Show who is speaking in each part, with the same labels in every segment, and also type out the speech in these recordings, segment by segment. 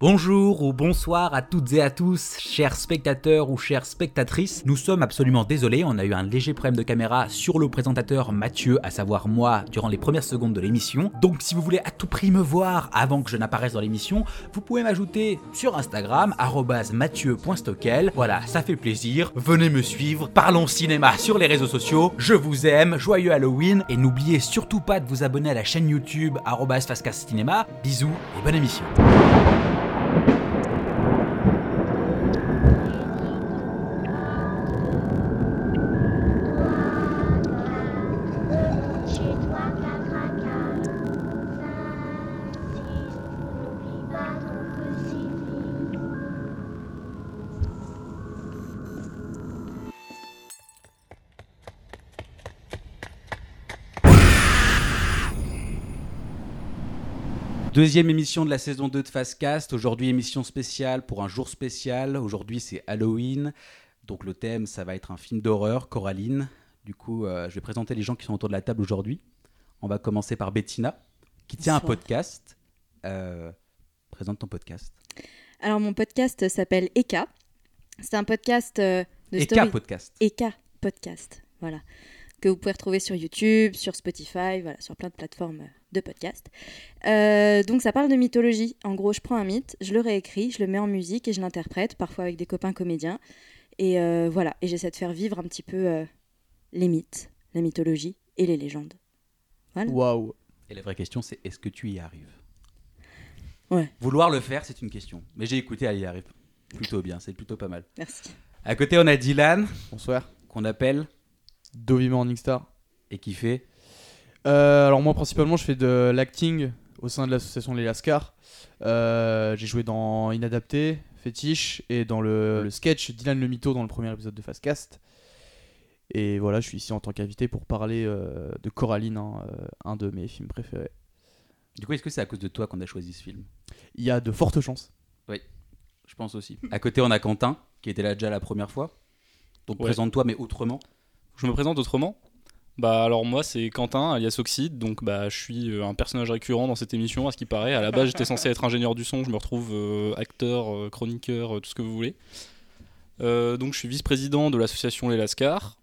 Speaker 1: Bonjour ou bonsoir à toutes et à tous, chers spectateurs ou chères spectatrices. Nous sommes absolument désolés, on a eu un léger problème de caméra sur le présentateur Mathieu, à savoir moi, durant les premières secondes de l'émission. Donc si vous voulez à tout prix me voir avant que je n'apparaisse dans l'émission, vous pouvez m'ajouter sur Instagram arobase @mathieu.stockel. Voilà, ça fait plaisir. Venez me suivre, parlons cinéma sur les réseaux sociaux. Je vous aime, joyeux Halloween et n'oubliez surtout pas de vous abonner à la chaîne YouTube arobase Fastcast Cinéma. Bisous et bonne émission.
Speaker 2: Chez toi, cacra, cacra, n'oublie pas ton crucifix.
Speaker 1: Deuxième émission de la saison 2 de Fastcast. Aujourd'hui, émission spéciale pour un jour spécial. Aujourd'hui, c'est Halloween. Donc, le thème, ça va être un film d'horreur, Coraline. Du coup, euh, je vais présenter les gens qui sont autour de la table aujourd'hui. On va commencer par Bettina, qui tient un
Speaker 3: Bonsoir.
Speaker 1: podcast. Euh, présente ton podcast.
Speaker 3: Alors mon podcast s'appelle Eka. C'est un podcast euh, de
Speaker 1: Eka
Speaker 3: story.
Speaker 1: Podcast.
Speaker 3: Eka podcast, voilà. Que vous pouvez retrouver sur YouTube, sur Spotify, voilà, sur plein de plateformes euh, de podcast. Euh, donc ça parle de mythologie. En gros, je prends un mythe, je le réécris, je le mets en musique et je l'interprète, parfois avec des copains comédiens. Et euh, voilà, et j'essaie de faire vivre un petit peu euh, les mythes, la mythologie et les légendes.
Speaker 4: Waouh.
Speaker 1: Et la vraie question, c'est est-ce que tu y arrives
Speaker 3: Ouais.
Speaker 1: Vouloir le faire, c'est une question. Mais j'ai écouté, elle y arrive plutôt bien. C'est plutôt pas mal.
Speaker 3: Merci.
Speaker 1: À côté, on a Dylan,
Speaker 4: Bonsoir.
Speaker 1: qu'on appelle
Speaker 4: Dovi Morningstar.
Speaker 1: et qui fait.
Speaker 4: Euh, alors moi principalement je fais de l'acting au sein de l'association Les Lascars. Euh, J'ai joué dans Inadapté, Fétiche et dans le, le sketch Dylan le Mytho dans le premier épisode de Fastcast. Et voilà, je suis ici en tant qu'invité pour parler euh, de Coraline, hein, euh, un de mes films préférés.
Speaker 1: Du coup, est-ce que c'est à cause de toi qu'on a choisi ce film
Speaker 4: Il y a de fortes chances.
Speaker 1: Je pense aussi. À côté, on a Quentin, qui était là déjà la première fois. Donc
Speaker 5: Ouais.
Speaker 1: présente-toi, mais autrement.
Speaker 5: Je me présente autrement. Bah alors moi c'est Quentin alias Oxide, donc bah je suis euh, un personnage récurrent dans cette émission à ce qui paraît. À la base j'étais censé être ingénieur du son, je me retrouve euh, acteur, euh, chroniqueur, euh, tout ce que vous voulez. Euh, donc je suis vice-président de l'association Les Lascars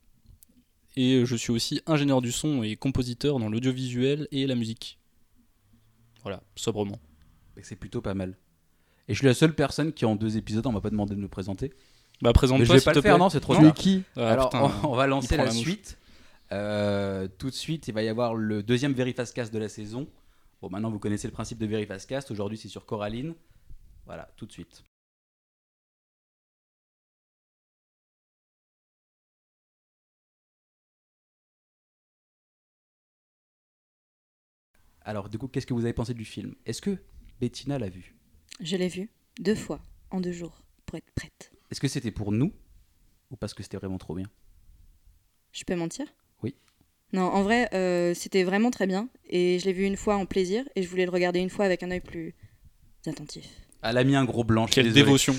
Speaker 5: et euh, je suis aussi ingénieur du son et compositeur dans l'audiovisuel et la musique. Voilà, sobrement.
Speaker 1: Et bah, C'est plutôt pas mal. Et je suis la seule personne qui, en deux épisodes, on m'a pas demandé de me présenter.
Speaker 5: Bah présente
Speaker 1: Mais je
Speaker 5: toi
Speaker 1: vais
Speaker 5: s'il
Speaker 1: pas
Speaker 5: te
Speaker 1: le faire,
Speaker 5: plaît.
Speaker 1: non, c'est trop
Speaker 5: Non.
Speaker 4: Tu es
Speaker 1: tard.
Speaker 4: qui
Speaker 5: Ah,
Speaker 1: Alors, oh,
Speaker 5: putain.
Speaker 1: on, on va lancer
Speaker 5: il prend
Speaker 1: la,
Speaker 5: la mouche.
Speaker 1: suite. Euh, tout de suite, il va y avoir le deuxième Verifastcast de la saison. Bon, maintenant, vous connaissez le principe de Verifastcast. Aujourd'hui, c'est sur Coraline. Voilà, tout de suite. Alors, du coup, qu'est-ce que vous avez pensé du film Est-ce que Bettina l'a vu
Speaker 3: Je l'ai vu deux fois en deux jours pour être prête.
Speaker 1: Est-ce que c'était pour nous ou parce que c'était vraiment trop bien
Speaker 3: Je peux mentir
Speaker 1: Oui.
Speaker 3: Non, en vrai, euh, c'était vraiment très bien. Et je l'ai vu une fois en plaisir et je voulais le regarder une fois avec un œil plus attentif.
Speaker 1: Elle a mis un gros blanc. je suis
Speaker 5: Quelle
Speaker 1: désolé.
Speaker 5: dévotion.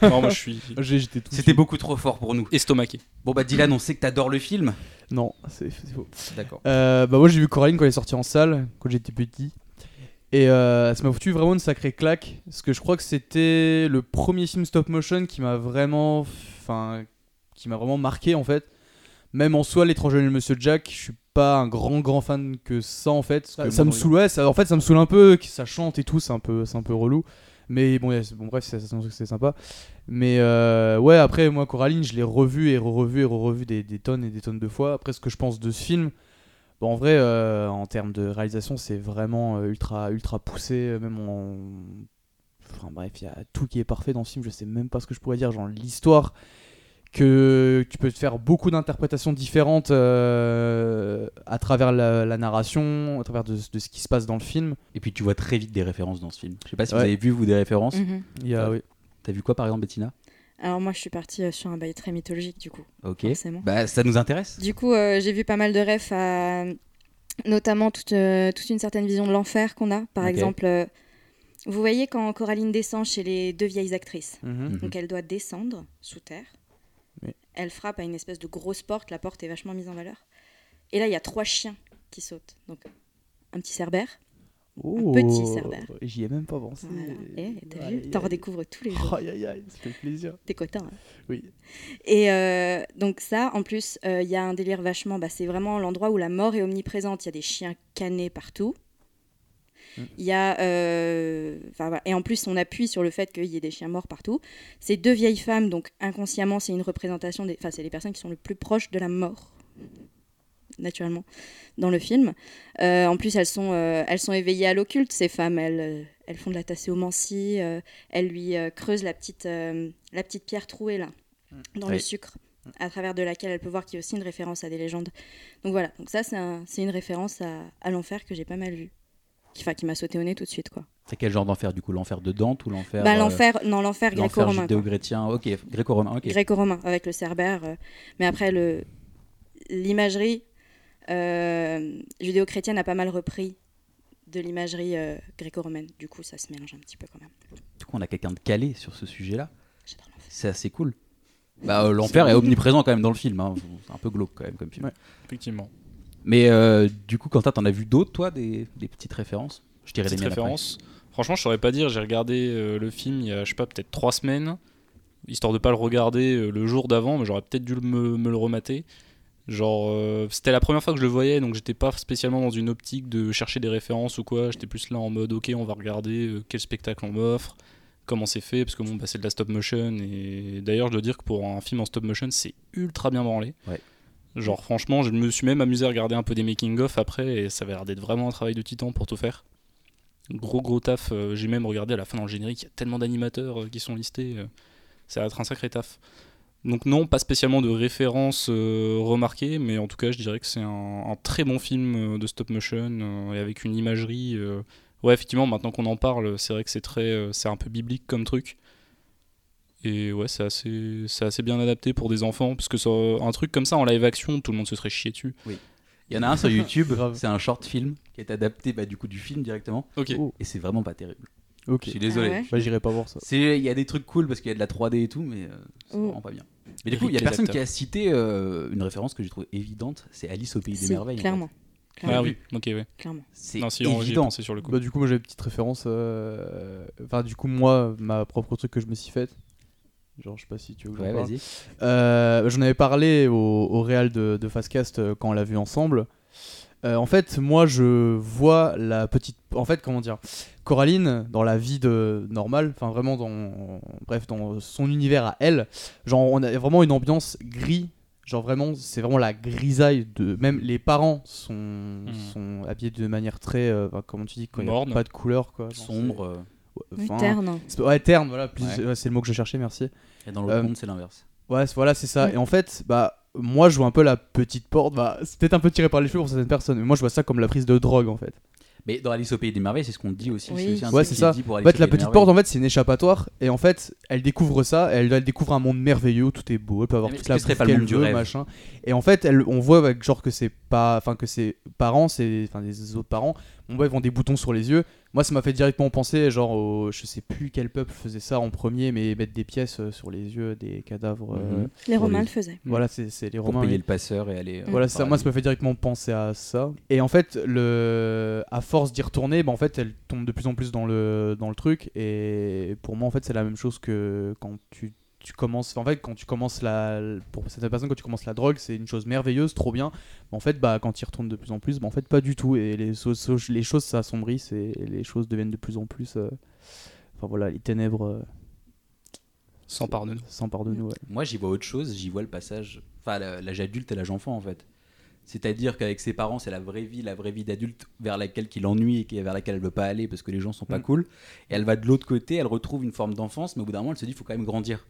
Speaker 5: non moi je suis
Speaker 4: J'ai- J'étais tout.
Speaker 1: C'était beaucoup trop fort pour nous.
Speaker 5: estomaqué.
Speaker 1: Bon bah Dylan, on sait que t'adores le film.
Speaker 4: Non, c'est c'est faux.
Speaker 1: D'accord.
Speaker 4: Euh, bah moi j'ai vu Coraline quand elle est sortie en salle, quand j'étais petit. Et euh, ça m'a foutu vraiment une sacrée claque. Parce que je crois que c'était le premier film stop motion qui m'a vraiment, enfin, qui m'a vraiment marqué en fait. Même en soi, l'étranger et le Monsieur Jack, je suis pas un grand grand fan que ça en fait.
Speaker 1: Ah,
Speaker 4: Ça, ça me
Speaker 1: bon,
Speaker 4: saoule, ouais, ça, en fait ça me saoule un peu, que ça chante et tout, c'est un peu, c'est un peu relou. Mais bon, ouais, c'est- bon bref, c'est c'est un truc, c'est sympa. Mais euh, ouais, après moi Coraline, je l'ai revu et revu et revu des, des tonnes et des tonnes de fois. Après ce que je pense de ce film, Bon, en vrai, euh, en termes de réalisation, c'est vraiment euh, ultra, ultra poussé. euh, Même en. Enfin, bref, il y a tout qui est parfait dans ce film. Je sais même pas ce que je pourrais dire. Genre, l'histoire, que tu peux te faire beaucoup d'interprétations différentes euh, à travers la, la narration, à travers de, de ce qui se passe dans le film.
Speaker 1: Et puis tu vois très vite des références dans ce film. Je sais pas si vous
Speaker 4: Ouais.
Speaker 1: avez vu vous des références.
Speaker 3: Mm.
Speaker 4: Il y a,
Speaker 1: Ouais.
Speaker 4: oui.
Speaker 1: T'as vu quoi par exemple Bettina
Speaker 3: Mhm. Alors moi, je suis partie euh, sur un bail très mythologique du coup,
Speaker 1: Ok.
Speaker 3: forcément.
Speaker 1: Bah ça nous intéresse.
Speaker 3: Du coup, euh, j'ai vu pas mal de refs à notamment toute, euh, toute une certaine vision de l'enfer qu'on a. Par
Speaker 1: Ok.
Speaker 3: exemple, euh, vous voyez quand Coraline descend chez les deux vieilles actrices.
Speaker 4: Mhm.
Speaker 1: Mhm.
Speaker 3: Donc elle doit descendre sous terre.
Speaker 4: Oui.
Speaker 3: Elle frappe à une espèce de grosse porte, la porte est vachement mise en valeur. Et là, il y a trois chiens qui sautent. Donc un petit cerbère,
Speaker 4: Oh,
Speaker 3: petit Cerbère.
Speaker 4: J'y ai même pas pensé.
Speaker 3: Voilà. Eh, t'as
Speaker 4: Aïe,
Speaker 3: vu T'en
Speaker 4: aïe.
Speaker 3: redécouvres tous les
Speaker 4: Oh,
Speaker 3: jours.
Speaker 4: aïe, aïe, aïe, ça fait plaisir.
Speaker 3: T'es cotin. hein.
Speaker 4: Oui.
Speaker 3: Et euh, donc ça, en plus, euh, il y a un délire vachement. Bah, c'est vraiment l'endroit où la mort est omniprésente. Il y a des chiens canés partout.
Speaker 4: Mm.
Speaker 3: Il y a, euh, enfin, voilà. et en plus, on appuie sur le fait qu'il y ait des chiens morts partout. Ces deux vieilles femmes, donc inconsciemment, c'est une représentation des. Enfin, c'est les personnes qui sont le plus proches de la mort, naturellement, dans le film. Euh, en plus, elles sont, euh, elles sont éveillées à l'occulte. Ces femmes, elles, euh, elles font de la tasséomancie. euh, elles lui euh, creusent la petite, euh, la petite pierre trouée là dans
Speaker 1: Mm. Oui.
Speaker 3: le
Speaker 1: Mm.
Speaker 3: sucre, à travers de laquelle elle peut voir qu'il y a aussi une référence à des légendes. Donc voilà, donc ça c'est un- c'est une référence à, à l'enfer que j'ai pas mal vue. Qui- Enfin, qui m'a sauté au nez tout de suite, quoi.
Speaker 1: C'est quel genre d'enfer du coup L'enfer de Dante ou l'enfer
Speaker 3: bah,
Speaker 1: euh,
Speaker 3: l'enfer, non, l'enfer
Speaker 1: l'enfer
Speaker 3: gréco-romain. quoi.
Speaker 1: judéo-chrétien Ok, gréco-romain, ok.
Speaker 3: Gréco-romain, avec le cerbère. euh, mais après, le- l'imagerie euh, judéo-chrétienne a pas mal repris de l'imagerie euh, gréco-romaine. Du coup, ça se mélange un petit peu quand même.
Speaker 1: Du coup, on a quelqu'un de calé sur ce sujet-là.
Speaker 3: J'adore l'enfer.
Speaker 1: C'est assez cool. Bah, euh, l'enfer est omniprésent quand même dans le film. hein. C'est un peu glauque quand même comme film.
Speaker 4: Ouais.
Speaker 5: Effectivement.
Speaker 1: Mais euh, du coup, Quentin, t'en as vu d'autres, toi, des, des petites références Je dirais les
Speaker 5: Petite
Speaker 1: miennes après.
Speaker 5: référence. Franchement, je saurais pas dire. J'ai regardé euh, le film il y a, je sais pas, peut-être trois semaines, histoire de pas le regarder euh, le jour d'avant, mais j'aurais peut-être dû le- me, me le remater. Genre, euh, c'était la première fois que je le voyais, donc j'étais pas spécialement dans une optique de chercher des références ou quoi. J'étais plus là en mode, ok, on va regarder euh, quel spectacle on m'offre, comment c'est fait, parce que bon, bah, c'est de la stop motion. Et d'ailleurs, je dois dire que pour un film en stop motion, c'est ultra bien branlé.
Speaker 1: Ouais.
Speaker 5: Genre, franchement, je me suis même amusé à regarder un peu des making-of après, et ça avait l'air d'être vraiment un travail de titan pour tout faire. Gros gros taf, euh, j'ai même regardé à la fin dans le générique, il y a tellement d'animateurs euh, qui sont listés, euh, ça va être un sacré taf. Donc non, pas spécialement de références euh, remarquées, mais en tout cas je dirais que c'est un, un très bon film euh, de stop motion, euh, et avec une imagerie... euh, Ouais effectivement, maintenant qu'on en parle, c'est vrai que c'est très... euh, c'est un peu biblique comme truc. Et ouais, c'est assez, c'est assez bien adapté pour des enfants, parce que ça- un truc comme ça en live action, tout le monde se serait chié dessus.
Speaker 1: Il y en a un sur YouTube,
Speaker 4: Grave.
Speaker 1: c'est un short film qui est adapté bah, du coup du film directement.
Speaker 5: Ok.
Speaker 4: Oh,
Speaker 1: Et c'est vraiment pas terrible.
Speaker 4: ok.
Speaker 1: Je suis désolé.
Speaker 3: Ah ouais
Speaker 4: Bah, j'irai pas voir ça.
Speaker 1: C'est- Il y a des trucs cool parce qu'il y a de la 3D et tout, mais euh, c'est
Speaker 3: Oh.
Speaker 1: vraiment pas bien. Mais du coup, il y a
Speaker 5: Eric, les
Speaker 1: personne qui
Speaker 5: acteurs.
Speaker 1: a cité euh, une référence que j'ai trouvée évidente, c'est Alice au pays des
Speaker 3: Si,
Speaker 1: merveilles. en fait.
Speaker 3: clairement,
Speaker 5: Ah
Speaker 3: clairement,
Speaker 5: oui, ok ouais.
Speaker 3: clairement.
Speaker 1: C'est
Speaker 5: Non si, on- j'y ai
Speaker 1: évident.
Speaker 5: pensé sur le coup.
Speaker 4: Bah, du coup, moi, j'ai une petite référence. euh, Enfin, du coup, moi, ma propre truc que je me suis faite. Genre, je sais pas si tu veux que j'en
Speaker 1: Ouais,
Speaker 4: parle.
Speaker 1: vas-y.
Speaker 4: Euh, J'en avais parlé au, au Real de, de Fastcast euh, quand on l'a vu ensemble. Euh, en fait, moi, je vois la petite. En fait, comment dire Coraline, dans la vie de normale, enfin vraiment dans, bref, dans son univers à elle, genre on a vraiment une ambiance gris. Genre vraiment, c'est vraiment la grisaille de. Même les parents sont,
Speaker 1: Hmm.
Speaker 4: sont habillés de manière très, euh, enfin, comment tu dis, quand il y a
Speaker 5: Morne.
Speaker 4: pas de couleur, quoi. Genre,
Speaker 1: Sombre. euh,
Speaker 4: c'est- ouais,
Speaker 3: Oui,
Speaker 4: enfin,
Speaker 3: terne.
Speaker 4: c'est- ouais, terne, voilà. plus-
Speaker 1: Ouais.
Speaker 4: ouais, c'est le mot que je cherchais, merci.
Speaker 1: Et dans l'autre
Speaker 4: Euh,
Speaker 1: monde, c'est l'inverse.
Speaker 4: Ouais, c'est- voilà, c'est ça.
Speaker 3: Ouais.
Speaker 4: Et en fait, bah, moi, je vois un peu la petite porte. Bah, c'est peut-être un peu tiré par les cheveux pour certaines personnes, mais moi, je vois ça comme la prise de drogue, en fait.
Speaker 1: Mais dans Alice au pays des merveilles, c'est ce qu'on dit aussi.
Speaker 3: Oui.
Speaker 1: c'est aussi un
Speaker 4: Ouais,
Speaker 1: truc
Speaker 4: c'est
Speaker 1: qui
Speaker 4: ça.
Speaker 1: est dit pour
Speaker 4: En
Speaker 1: Alice
Speaker 4: fait,
Speaker 1: au
Speaker 4: la
Speaker 1: pays des
Speaker 4: petite
Speaker 1: merveilles.
Speaker 4: porte, en fait, c'est une échappatoire. Et en fait, elle découvre ça. Elle, elle découvre un monde merveilleux où tout est beau. Elle peut avoir
Speaker 1: Mais
Speaker 4: toute
Speaker 1: est-ce
Speaker 4: la
Speaker 1: que ce serait
Speaker 4: bouffe
Speaker 1: pas le
Speaker 4: qu'elle
Speaker 1: monde du
Speaker 4: veut,
Speaker 1: rêve
Speaker 4: machin. Et en fait, elle, on voit avec genre que ses pas, enfin que ses parents, ses, enfin les autres parents, on voit ils ont des boutons sur les yeux. Moi, ça m'a fait directement penser, genre, au- je sais plus quel peuple faisait ça en premier, mais mettre des pièces euh, sur les yeux, des cadavres. euh,
Speaker 1: Mhm.
Speaker 3: Les
Speaker 1: Pour
Speaker 3: Romains
Speaker 1: les-
Speaker 3: le faisaient.
Speaker 4: Voilà, c'est c'est les
Speaker 1: Pour
Speaker 4: Romains.
Speaker 1: payer
Speaker 4: mais-
Speaker 1: le passeur et aller. euh,
Speaker 4: voilà, ça,
Speaker 1: par
Speaker 4: moi
Speaker 1: la
Speaker 4: ça m'a fait directement penser à ça. Et en fait, le... à force d'y retourner, bah, en fait, elle tombe de plus en plus dans le, dans le truc. Et pour moi, en fait, c'est la même chose que quand tu, tu commences. En fait, quand tu commences la. Pour certaines personnes, quand tu commences la drogue, c'est une chose merveilleuse, trop bien. Mais en fait, bah, quand tu y retournes de plus en plus, bah, en fait, pas du tout. Et les, so- so- les choses s'assombrissent et les choses deviennent de plus en plus. euh, Enfin voilà, les ténèbres euh,
Speaker 5: Sans pardon.
Speaker 4: s'emparent de nous. ouais.
Speaker 1: Moi, j'y vois autre chose. J'y vois le passage, enfin, la- l'âge adulte et l'âge enfant, en fait. C'est-à-dire qu'avec ses parents, c'est la vraie vie, la vraie vie d'adulte vers laquelle qu'il ennuie et qui- vers laquelle elle veut pas aller parce que les gens sont pas
Speaker 4: Mm.
Speaker 1: cool. Et elle va de l'autre côté, elle retrouve une forme d'enfance, mais au bout d'un moment, elle se dit, il faut quand même grandir.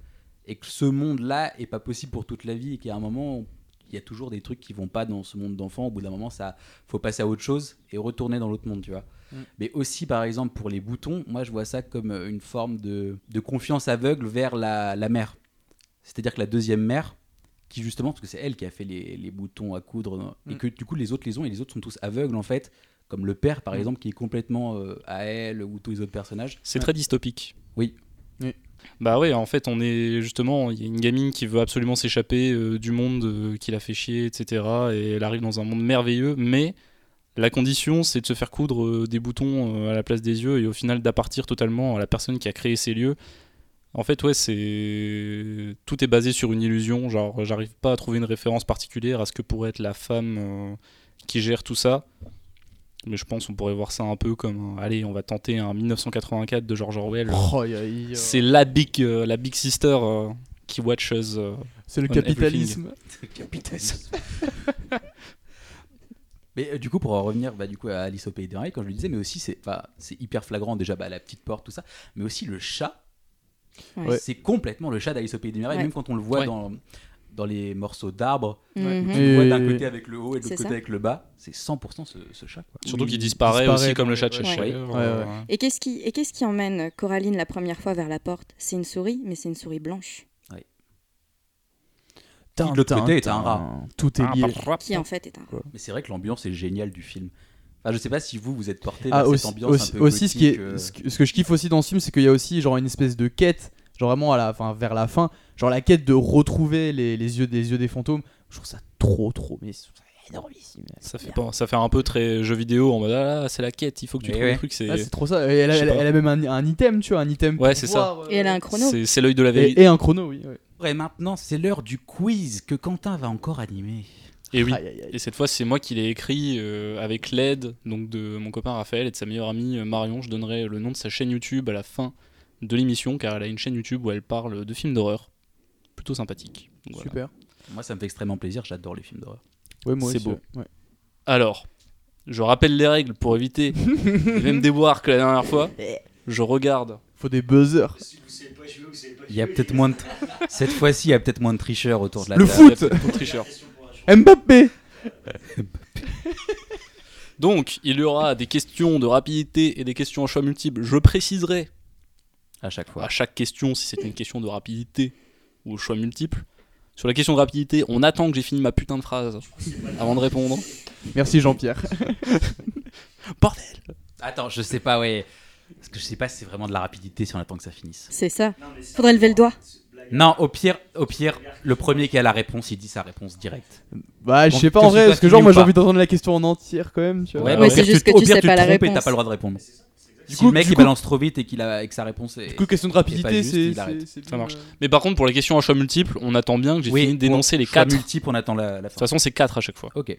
Speaker 1: Et que ce monde-là est pas possible pour toute la vie et qu'à un moment, il y a toujours des trucs qui vont pas dans ce monde d'enfant. Au bout d'un moment, ça, faut passer à autre chose et retourner dans l'autre monde, tu vois.
Speaker 4: Mm.
Speaker 1: Mais aussi, par exemple, pour les boutons, moi, je vois ça comme euh, une forme de, de confiance aveugle vers la, la mère. C'est-à-dire que la deuxième mère, qui justement, parce que c'est elle qui a fait les, les boutons à coudre, et
Speaker 4: Mm.
Speaker 1: que du coup les autres les ont, et les autres sont tous aveugles en fait, comme le père par
Speaker 4: Mm.
Speaker 1: exemple, qui est complètement euh, à elle, ou tous les autres personnages.
Speaker 5: C'est
Speaker 4: Ouais.
Speaker 5: très dystopique.
Speaker 1: Oui.
Speaker 4: Oui.
Speaker 5: Bah ouais, en fait, on est justement, il y a une gamine qui veut absolument s'échapper euh, du monde euh, qui l'a fait chier, etc. Et elle arrive dans un monde merveilleux, mais La condition, c'est de se faire coudre euh, des boutons euh, à la place des yeux et au final d'appartir totalement à la personne qui a créé ces lieux. En fait, ouais, c'est tout est basé sur une illusion. Genre, j'arrive pas à trouver une référence particulière à ce que pourrait être la femme euh, qui gère tout ça. Mais je pense on pourrait voir ça un peu comme, un- allez, on va tenter un 1984 de George Orwell.
Speaker 4: Oh, y a- y a-
Speaker 5: C'est la big, euh, la big sister euh, qui watches. euh,
Speaker 4: C'est le
Speaker 5: on
Speaker 4: capitalisme.
Speaker 1: Mais euh, du coup, pour en revenir bah, du coup, à Alice au Pays des Merveilles, quand je le disais, mais aussi, c'est enfin, c'est hyper flagrant déjà, bah, la petite porte, tout ça, mais aussi le chat.
Speaker 3: Ouais.
Speaker 1: C'est complètement le chat d'Alice au Pays des Merveilles,
Speaker 3: Ouais.
Speaker 1: même quand on le voit
Speaker 5: Ouais.
Speaker 1: dans, dans les morceaux d'arbres,
Speaker 3: Mhm.
Speaker 1: tu le vois d'un
Speaker 4: Et-
Speaker 1: côté avec le haut et de
Speaker 3: C'est
Speaker 1: l'autre côté
Speaker 3: ça.
Speaker 1: avec le bas, c'est 100% ce, ce chat. Quoi.
Speaker 5: Surtout
Speaker 4: Oui,
Speaker 5: qu'il
Speaker 4: il
Speaker 5: disparaît,
Speaker 4: disparaît
Speaker 5: aussi comme
Speaker 4: dans
Speaker 5: le
Speaker 4: les-
Speaker 5: chat de
Speaker 4: ouais.
Speaker 5: Cheshire.
Speaker 1: Ouais.
Speaker 5: euh,
Speaker 4: Ouais,
Speaker 3: Et qu'est-ce qui, et qu'est-ce qui emmène Coraline la première fois vers la porte C'est une souris, mais c'est une souris blanche
Speaker 1: Qui, de l'autre côté, est un rat.
Speaker 4: Tout est lié.
Speaker 3: qui en fait est un.
Speaker 1: Mais c'est vrai que l'ambiance est géniale du film. Enfin, je sais pas si vous, vous êtes porté
Speaker 4: Ah,
Speaker 1: vers
Speaker 4: aussi,
Speaker 1: cette ambiance
Speaker 4: aussi,
Speaker 1: un peu
Speaker 4: aussi, ce, qui est,
Speaker 1: gothique, euh,
Speaker 4: ce que- ce que je kiffe aussi dans ce film, c'est qu'il y a aussi genre une espèce de quête, genre vraiment à la, enfin, vers la fin, genre la quête de retrouver les, les yeux, des yeux des fantômes. Je trouve ça trop, trop, mais je trouve ça énormissime.
Speaker 5: Ça fait, pas- ça fait un peu très jeu vidéo en mode ah là, c'est la quête, il faut que tu
Speaker 1: Mais
Speaker 5: trouves
Speaker 1: ouais.
Speaker 5: le truc. C'est
Speaker 4: Ah, c'est trop ça. Et elle,
Speaker 5: Je
Speaker 4: a-
Speaker 5: sais
Speaker 4: elle a-
Speaker 5: pas.
Speaker 4: elle a même un, un item, tu vois, un item. pour
Speaker 5: Ouais, c'est ça.
Speaker 4: pouvoir, euh,
Speaker 3: Et elle a un chrono.
Speaker 5: c'est- c'est l'œil de la vérité.
Speaker 4: Et, et un chrono, oui. ouais.
Speaker 1: Et maintenant, c'est l'heure du quiz que Quentin va encore animer.
Speaker 5: Et oui.
Speaker 4: Aïe, aïe, aïe.
Speaker 5: Et cette fois, c'est moi qui l'ai écrit euh, avec l'aide donc de mon copain Raphaël et de sa meilleure amie euh, Marion. Je donnerai le nom de sa chaîne YouTube à la fin de l'émission car elle a une chaîne YouTube où elle parle de films d'horreur. Plutôt sympathique. Donc voilà.
Speaker 4: Super.
Speaker 1: Moi, ça me fait extrêmement plaisir, j'adore les films d'horreur.
Speaker 4: Ouais, moi
Speaker 5: C'est
Speaker 4: aussi,
Speaker 5: beau.
Speaker 4: ouais. Ouais.
Speaker 5: Alors, je rappelle les règles pour éviter les mêmes déboires que la dernière fois. Je regarde.
Speaker 4: Faut des buzzers.
Speaker 1: Il y a peut-être moins de... Cette fois-ci, il y a peut-être moins de tricheurs autour de la
Speaker 4: Le
Speaker 1: table.
Speaker 4: foot
Speaker 5: Pour tricheur.
Speaker 4: Mbappé
Speaker 5: Donc, il y aura des questions de rapidité et des questions à choix multiples. Je préciserai
Speaker 1: à chaque fois.
Speaker 5: à chaque question si c'est une question de rapidité ou choix multiple. Sur la question de rapidité, on attend que j'ai fini ma putain de phrase avant de répondre.
Speaker 4: Merci Jean-Pierre.
Speaker 5: Bordel
Speaker 1: Attends, je sais pas, ouais. Parce que je sais pas si c'est vraiment de la rapidité si on attend que ça finisse.
Speaker 3: C'est ça. Faudrait lever le doigt.
Speaker 1: Non, au pire, au pire, le premier qui a la réponse, il dit sa réponse directe.
Speaker 4: Bah, je
Speaker 1: Bon,
Speaker 4: sais pas
Speaker 1: que
Speaker 4: en
Speaker 1: ce soit
Speaker 4: vrai, parce que
Speaker 1: fini
Speaker 4: genre,
Speaker 1: ou
Speaker 4: moi j'ai
Speaker 1: pas.
Speaker 4: envie d'entendre la question en entière quand même, tu vois.
Speaker 5: Ouais,
Speaker 1: Ah, au
Speaker 5: ouais,
Speaker 1: pire,
Speaker 5: c'est
Speaker 3: juste
Speaker 1: tu-
Speaker 3: que
Speaker 1: au
Speaker 3: tu
Speaker 1: pire,
Speaker 3: sais pas
Speaker 1: te
Speaker 3: la
Speaker 1: trompes et
Speaker 3: réponse.
Speaker 1: t'as pas le droit de répondre. Si
Speaker 4: coup-
Speaker 1: le mec
Speaker 4: du
Speaker 1: il
Speaker 4: coup-
Speaker 1: balance trop vite et qu'il a et que sa réponse est.
Speaker 4: Du coup, question de
Speaker 1: Et pas
Speaker 4: rapidité,
Speaker 1: juste,
Speaker 4: c'est.
Speaker 1: il arrête.
Speaker 4: c'est- c'est
Speaker 5: Ça
Speaker 4: bien,
Speaker 5: marche.
Speaker 4: euh,
Speaker 5: Mais par contre, pour les questions à choix multiple, on attend bien que j'ai fini de dénoncer les
Speaker 1: choix
Speaker 5: quatre. De
Speaker 1: multiples, on attend la, la
Speaker 5: toute
Speaker 1: fin.
Speaker 5: façon, c'est quatre à chaque fois.
Speaker 1: Ok.